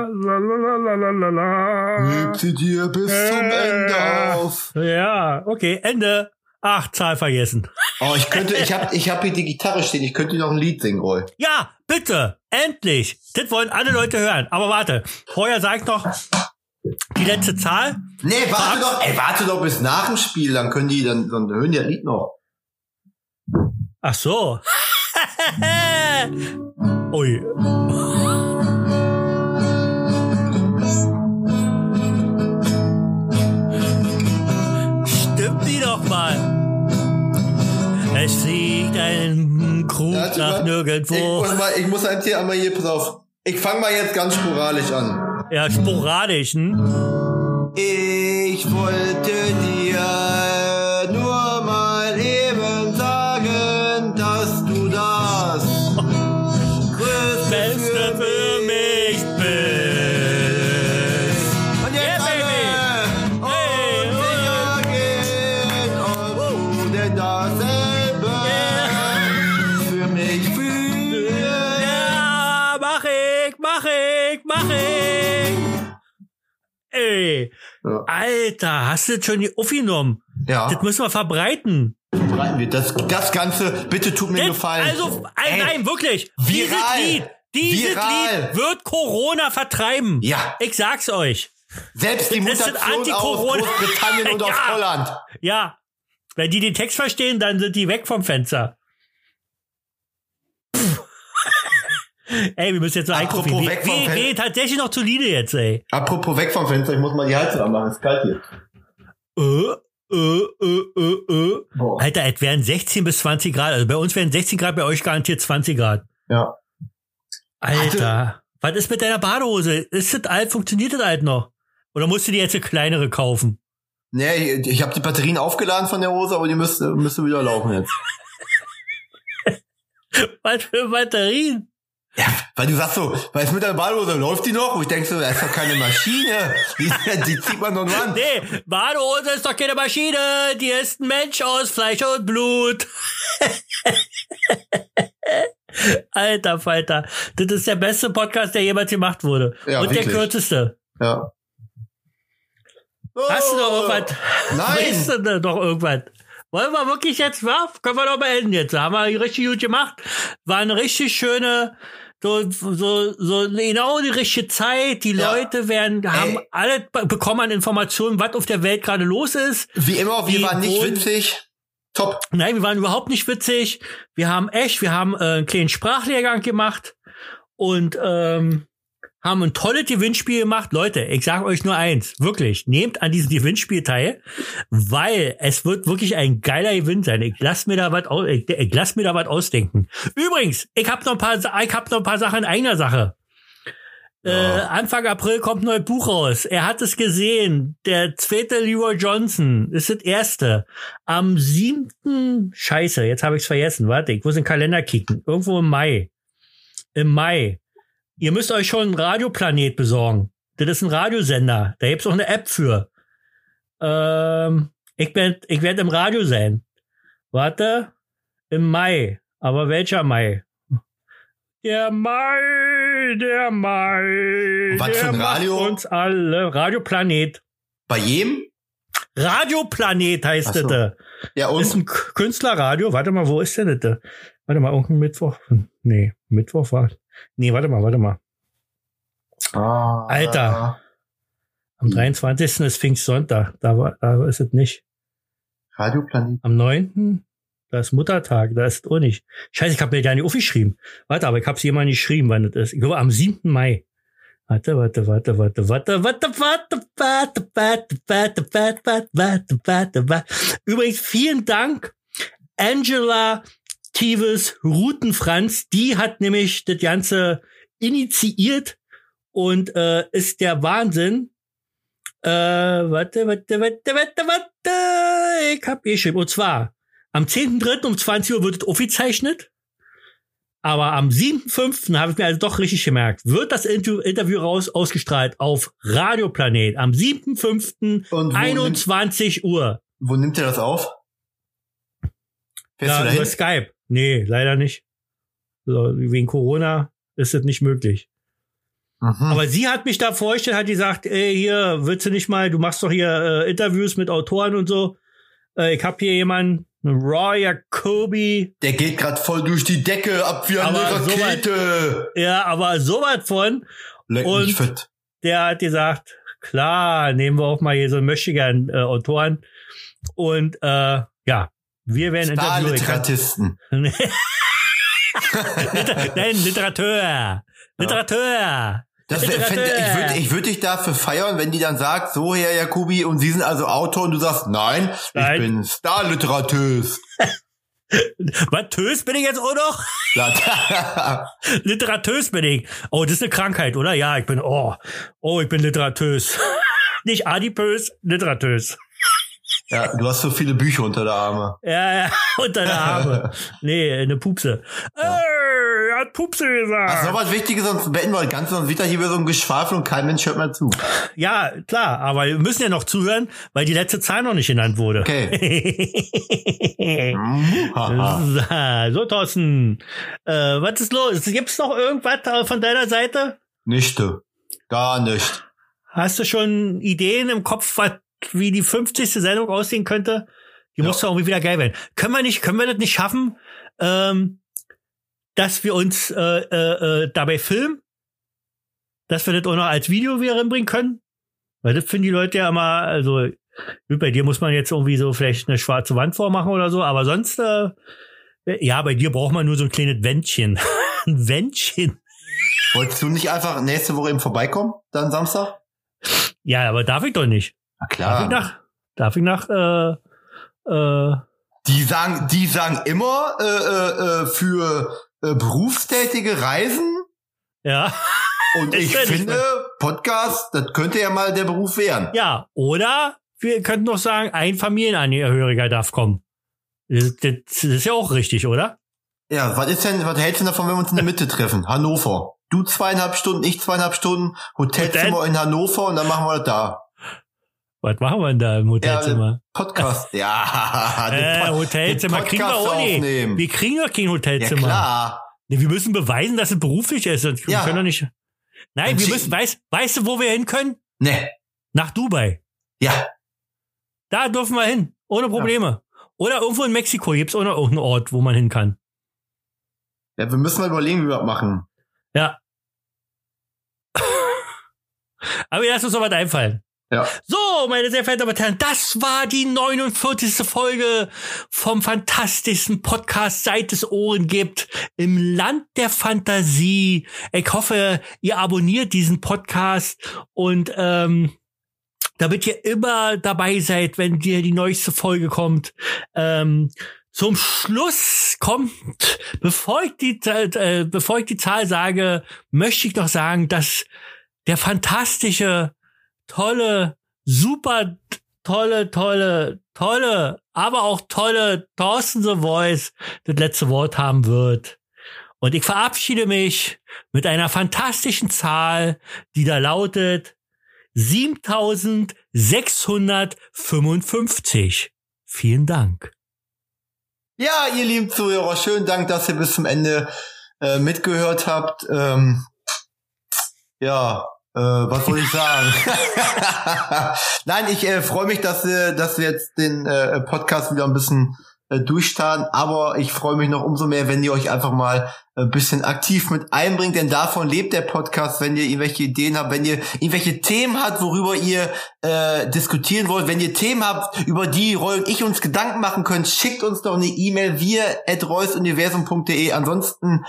Speaker 3: Heb sie dir bis zum
Speaker 2: Äh.
Speaker 3: Ende auf.
Speaker 2: ja, okay, Ende. Ach, Zahl vergessen.
Speaker 3: Oh, ich könnte, ich hab, ich hab hier die Gitarre stehen, ich könnte dir noch ein Lied singen, Roy.
Speaker 2: Ja, bitte, endlich. Das wollen alle Leute hören. Aber warte, vorher sag ich noch die letzte Zahl.
Speaker 3: Nee, warte doch, ey, warte doch bis nach dem Spiel, dann können die, dann, dann hören die das Lied noch.
Speaker 2: Ach so. Ui. Stimmt die doch mal. Es fliegt ein Krug
Speaker 3: Warte
Speaker 2: nach
Speaker 3: mal, ne? Ich
Speaker 2: nirgendwo.
Speaker 3: muss mal, ich muss jetzt hier einmal hier, pass auf. Ich fang mal jetzt ganz sporadisch an.
Speaker 2: Ja, sporadisch, hm?
Speaker 3: Ich wollte dir nur mal eben sagen, dass du das Größte
Speaker 2: Beste für mich bist.
Speaker 3: Und jetzt
Speaker 2: Yeah,
Speaker 3: alle
Speaker 2: baby. Hey, oh.
Speaker 3: und sicher gehen, ob du denn dasselbe
Speaker 2: Yeah.
Speaker 3: für mich fühlst.
Speaker 2: Ja, mach ich, mach ich, mach ich. Ey,
Speaker 3: Ja.
Speaker 2: Alter, hast du jetzt schon die Uffi genommen?
Speaker 3: Ja,
Speaker 2: Das müssen wir verbreiten.
Speaker 3: verbreiten wir das, das Ganze. Bitte tut mir einen
Speaker 2: Das,
Speaker 3: Gefallen.
Speaker 2: also, ein,
Speaker 3: Ey,
Speaker 2: nein, wirklich.
Speaker 3: viral.
Speaker 2: Dieses Lied, dieses
Speaker 3: Viral.
Speaker 2: Lied wird Corona vertreiben.
Speaker 3: Ja.
Speaker 2: Ich sag's euch.
Speaker 3: Selbst die
Speaker 2: das sind
Speaker 3: Mutation aus
Speaker 2: Anti-Corona.
Speaker 3: Großbritannien und aus
Speaker 2: Ja.
Speaker 3: Holland.
Speaker 2: Ja. Wenn die den Text verstehen, dann sind die weg vom Fenster. Pff. ey, wir müssen jetzt noch
Speaker 3: Apropos
Speaker 2: einkaufen. Wir,
Speaker 3: weg vom
Speaker 2: wir
Speaker 3: Fen-
Speaker 2: gehen tatsächlich noch zur Linie jetzt, ey.
Speaker 3: Apropos weg vom Fenster, ich muss mal die Heizung anmachen, ist kalt hier.
Speaker 2: äh, äh, äh, äh, äh.
Speaker 3: Boah.
Speaker 2: Alter, es wären 16 bis 20 Grad. Also bei uns wären 16 Grad, bei euch garantiert 20 Grad.
Speaker 3: Ja.
Speaker 2: Alter, was ist mit deiner Badehose? Ist das alt? Funktioniert das alt noch? Oder musst du dir jetzt eine kleinere kaufen?
Speaker 3: Nee, ich, ich habe die Batterien aufgeladen von der Hose, aber die müsste, müsste wieder laufen jetzt.
Speaker 2: Was für Batterien?
Speaker 3: Weil du sagst so, weil es mit der Badehose läuft die noch? Und ich denk so, das ist doch keine Maschine. Die, die zieht man doch nur an.
Speaker 2: Nee, Badehose ist doch keine Maschine. Die ist ein Mensch aus Fleisch und Blut. Alter Falter, das ist der beste Podcast, der jemals gemacht wurde.
Speaker 3: Ja,
Speaker 2: und der
Speaker 3: wirklich.
Speaker 2: kürzeste.
Speaker 3: Ja.
Speaker 2: Hast du noch
Speaker 3: Oh.
Speaker 2: irgendwas? Weißt
Speaker 3: Nein.
Speaker 2: du denn noch irgendwas? Wollen wir wirklich jetzt, wa? Können wir doch beenden jetzt. Haben wir richtig gut gemacht. War eine richtig schöne, so, so, so, genau die richtige Zeit. Die
Speaker 3: Ja.
Speaker 2: Leute werden, haben
Speaker 3: Ey.
Speaker 2: alle be- bekommen an Informationen, was auf der Welt gerade los ist.
Speaker 3: Wie immer, wir
Speaker 2: Die
Speaker 3: waren nicht
Speaker 2: Boden-
Speaker 3: witzig. Top.
Speaker 2: Nein, wir waren überhaupt nicht witzig. Wir haben echt, wir haben äh, einen kleinen Sprachlehrgang gemacht und ähm, haben ein tolles Gewinnspiel gemacht. Leute, ich sage euch nur eins, wirklich, nehmt an diesem Gewinnspiel teil, weil es wird wirklich ein geiler Gewinn sein. Ich lass mir da was aus, ich, ich lass mir da was ausdenken. Übrigens, ich habe noch ein paar Sa- ich hab noch ein paar Sachen in eigener Sache. Äh, Anfang April kommt ein neues Buch raus. Er hat es gesehen. Der zweite Leroy Johnson ist das erste. Am siebten Scheiße, jetzt habe ich es vergessen. Warte, ich muss in den Kalender kicken. Irgendwo im Mai. Im Mai. Ihr müsst euch schon einen Radioplanet besorgen. Das ist ein Radiosender. Da gibt's auch eine App für. Ähm, ich werd, ich werd im Radio sein. Warte. Im Mai. Aber welcher Mai? Der Mai, der Mai.
Speaker 3: Was für ein
Speaker 2: der macht
Speaker 3: Radio?
Speaker 2: Uns alle. Radioplanet.
Speaker 3: Bei jedem?
Speaker 2: Radioplanet heißt
Speaker 3: Ach so.
Speaker 2: das. da.
Speaker 3: Ja,
Speaker 2: Ist
Speaker 3: und?
Speaker 2: ein K- Künstlerradio. Warte mal, wo ist denn das? da? Warte mal, irgendein Mittwoch. Hm, Nee, Mittwoch war. Nee, warte mal, warte mal.
Speaker 3: Ah.
Speaker 2: Alter. Am 23. ist Pfingstsonntag. Da, war, da ist es nicht.
Speaker 3: Radioplanet.
Speaker 2: Am 9. Da ist Muttertag. Da ist es auch nicht. Scheiße, ich habe mir gar nicht aufgeschrieben. Warte, aber ich habe es jemandem geschrieben, wann das ist. Ich glaube, am 7. Mai. Warte, warte, warte, warte, warte, warte, warte, warte, warte, warte, warte, warte, warte, warte, warte. Übrigens, vielen Dank, Angela Tives Rutenfranz. Die hat nämlich das Ganze initiiert und äh, ist der Wahnsinn. Äh, warte, warte, warte, warte, warte. Ich hab geschrieben. Und zwar, am 10.3. um 20 Uhr wird es aufgezeichnet. Aber am 7.5. habe ich mir also doch richtig gemerkt, wird das Intu- Interview raus ausgestrahlt auf Radioplanet am 7.5.
Speaker 3: Und wo, nimmt,
Speaker 2: 21 Uhr.
Speaker 3: wo nimmt ihr das auf? Fährst
Speaker 2: Ja,
Speaker 3: du
Speaker 2: über
Speaker 3: dahin?
Speaker 2: Skype. Nee, leider nicht. So, wegen Corona ist das nicht möglich.
Speaker 3: Mhm.
Speaker 2: Aber sie hat mich da vorgestellt, hat gesagt, ey, hier, willst du nicht mal, du machst doch hier äh, Interviews mit Autoren und so. Äh, ich hab hier jemanden, Roy Jacobi.
Speaker 3: Der geht gerade voll durch die Decke ab wie eine
Speaker 2: Aber so
Speaker 3: Rakete.
Speaker 2: Ja, aber sowas von.
Speaker 3: Leck
Speaker 2: Und-
Speaker 3: mich fett.
Speaker 2: der hat gesagt, klar, nehmen wir auch mal hier so einen möchtegern äh, Autoren. Und äh, ja, wir werden Interviewer. Ich kann-
Speaker 3: Starlitratisten.
Speaker 2: Nee. Liter- Nein, Literateur. Literateur.
Speaker 3: Das wär, fänd,
Speaker 2: Literateur.
Speaker 3: ich würde ich würd dich dafür feiern, wenn die dann sagt, so Herr Jakobi, und Sie sind also Autor und du sagst, nein,
Speaker 2: Nein.
Speaker 3: ich bin Starliterateur.
Speaker 2: Was, Tös bin ich jetzt auch noch? Literatös bin ich. Oh, das ist eine Krankheit, oder? Ja, ich bin, oh, oh, ich bin Literatös. Nicht adipös, Literatös.
Speaker 3: ja, du hast so viele Bücher unter der Arme.
Speaker 2: Ja, ja, unter der Arme. Nee, eine Pupse. Ey, er hat Pupse gesagt.
Speaker 3: Hast du noch was Wichtiges, sonst beenden wir das Ganze, sonst wieder hier wieder so ein Geschwafel und kein Mensch hört mehr zu.
Speaker 2: Ja, klar, aber wir müssen ja noch zuhören, weil die letzte Zahl noch nicht genannt wurde.
Speaker 3: Okay.
Speaker 2: so, Thorsten. Äh, was ist los? Gibt's noch irgendwas äh, von deiner Seite?
Speaker 3: Nichte. Gar nicht.
Speaker 2: Hast du schon Ideen im Kopf, was, wie die 50. Sendung aussehen könnte? Die muss doch irgendwie wieder geil werden. Können wir nicht, können wir das nicht schaffen, ähm, dass wir uns äh, äh, äh, dabei filmen? Dass wir das auch noch als Video wieder reinbringen können? Weil das finden die Leute ja immer, also gut, bei dir muss man jetzt irgendwie so vielleicht eine schwarze Wand vormachen oder so, aber sonst, äh, ja, bei dir braucht man nur so ein kleines Wändchen. ein Wändchen.
Speaker 3: Wolltest du nicht einfach nächste Woche eben vorbeikommen, dann Samstag?
Speaker 2: Ja, aber darf ich doch nicht.
Speaker 3: Na
Speaker 2: Darf ich
Speaker 3: klar.
Speaker 2: nach, darf ich nach, äh, äh,
Speaker 3: Die sagen, die sagen immer äh, äh, äh, für äh, berufstätige Reisen.
Speaker 2: ja,
Speaker 3: Und
Speaker 2: Ist
Speaker 3: ich
Speaker 2: ja nicht
Speaker 3: finde, Podcast, das könnte ja mal der Beruf werden.
Speaker 2: ja, oder wir könnten doch sagen, ein Familienangehöriger darf kommen. Das, das, das ist ja auch richtig, oder?
Speaker 3: Ja, was ist denn, was hältst du davon, wenn wir uns in der Mitte treffen? Hannover. Du zweieinhalb Stunden, ich zweieinhalb Stunden, Hotelzimmer in Hannover und dann machen wir das da.
Speaker 2: Was machen wir denn da im Hotelzimmer?
Speaker 3: Podcast. Ja, den
Speaker 2: äh,
Speaker 3: Po-
Speaker 2: Hotelzimmer
Speaker 3: den
Speaker 2: kriegen wir
Speaker 3: Podcast
Speaker 2: auch nicht.
Speaker 3: aufnehmen.
Speaker 2: Wir kriegen doch kein
Speaker 3: Ja
Speaker 2: Hotelzimmer.
Speaker 3: klar.
Speaker 2: Nee, Wir müssen beweisen, dass es beruflich ist. sonst- Wir
Speaker 3: Ja.
Speaker 2: können doch nicht. Nein,
Speaker 3: Und
Speaker 2: wir
Speaker 3: sie-
Speaker 2: müssen, weißt, weißt du, wo wir hin können?
Speaker 3: Ne.
Speaker 2: Nach Dubai.
Speaker 3: Ja.
Speaker 2: Da dürfen wir hin. Ohne Probleme. Oder irgendwo in Mexiko gibt's auch noch irgendeinen Ort, wo man hin kann.
Speaker 3: ja. Wir müssen mal überlegen, wie wir das machen.
Speaker 2: Ja. Aber lass uns noch was einfallen.
Speaker 3: Ja.
Speaker 2: So, meine sehr verehrten Damen und Herren, das war die 49. Folge vom fantastischen Podcast, seit es Ohren gibt, im Land der Fantasie. Ich hoffe, ihr abonniert diesen Podcast und ähm, damit ihr immer dabei seid, wenn dir die neueste Folge kommt. Ähm, zum Schluss kommt, bevor ich, die, äh, bevor ich die Zahl sage, möchte ich noch sagen, dass der fantastische, tolle, super tolle, tolle, tolle, aber auch tolle Thorsten The Voice das letzte Wort haben wird. Und ich verabschiede mich mit einer fantastischen Zahl, die da lautet 7655. Vielen Dank.
Speaker 3: Ja, ihr lieben Zuhörer, schönen Dank, dass ihr bis zum Ende äh, mitgehört habt. Ähm, ja, äh, was soll ich sagen? Nein, ich äh, freue mich, dass, äh, dass wir jetzt den äh, Podcast wieder ein bisschen äh, durchstarten, aber ich freue mich noch umso mehr, wenn ihr euch einfach mal ein bisschen aktiv mit einbringt, denn davon lebt der Podcast, wenn ihr irgendwelche Ideen habt, wenn ihr irgendwelche Themen habt, worüber ihr äh, diskutieren wollt, wenn ihr Themen habt, über die Roy und ich uns Gedanken machen können, schickt uns doch eine E-Mail, wir at reusuniversum.de. Ansonsten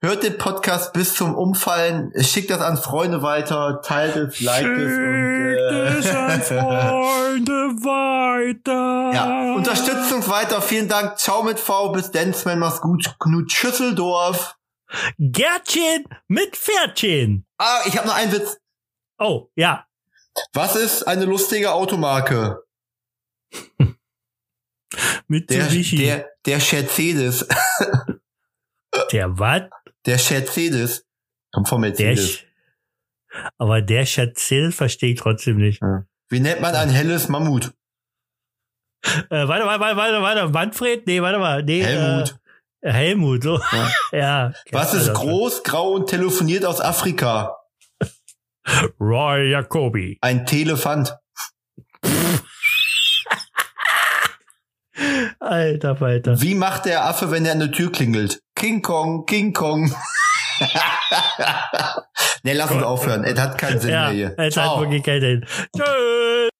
Speaker 3: hört den Podcast bis zum Umfallen, schickt das an Freunde weiter, teilt es, liked es und äh,
Speaker 2: Freunde weiter.
Speaker 3: ja, unterstützt uns weiter. Vielen Dank. Ciao mit V. Bis dann. Sven, mach's gut. Knut Schüsseldorf.
Speaker 2: Gärtchen mit Pferdchen.
Speaker 3: Ah, ich habe noch einen Witz.
Speaker 2: Oh, ja.
Speaker 3: Was ist eine lustige Automarke?
Speaker 2: Mit
Speaker 3: Der,
Speaker 2: Mitsubishi.
Speaker 3: der, der Mercedes.
Speaker 2: der was?
Speaker 3: Der Mercedes. Kommt vom
Speaker 2: Der
Speaker 3: Mercedes.
Speaker 2: Sch Aber der Schatzil verstehe ich trotzdem nicht.
Speaker 3: Wie nennt man ein helles Mammut?
Speaker 2: Äh, warte, warte, warte, warte, warte. Manfred? Nee, warte mal. Nee,
Speaker 3: Helmut.
Speaker 2: Äh, Helmut, so. Ja.
Speaker 3: Was
Speaker 2: kennst du
Speaker 3: ist
Speaker 2: das?
Speaker 3: groß, grau und telefoniert aus Afrika?
Speaker 2: Roy Jacobi.
Speaker 3: Ein Telefant.
Speaker 2: Alter, Falter.
Speaker 3: Wie macht der Affe, wenn er an der Tür klingelt? King Kong, King Kong. ne, lass uns aufhören. Es hat keinen Sinn
Speaker 2: Ja,
Speaker 3: mehr hier.
Speaker 2: es
Speaker 3: Ciao.
Speaker 2: hat wirklich keinen Sinn. Tschüss.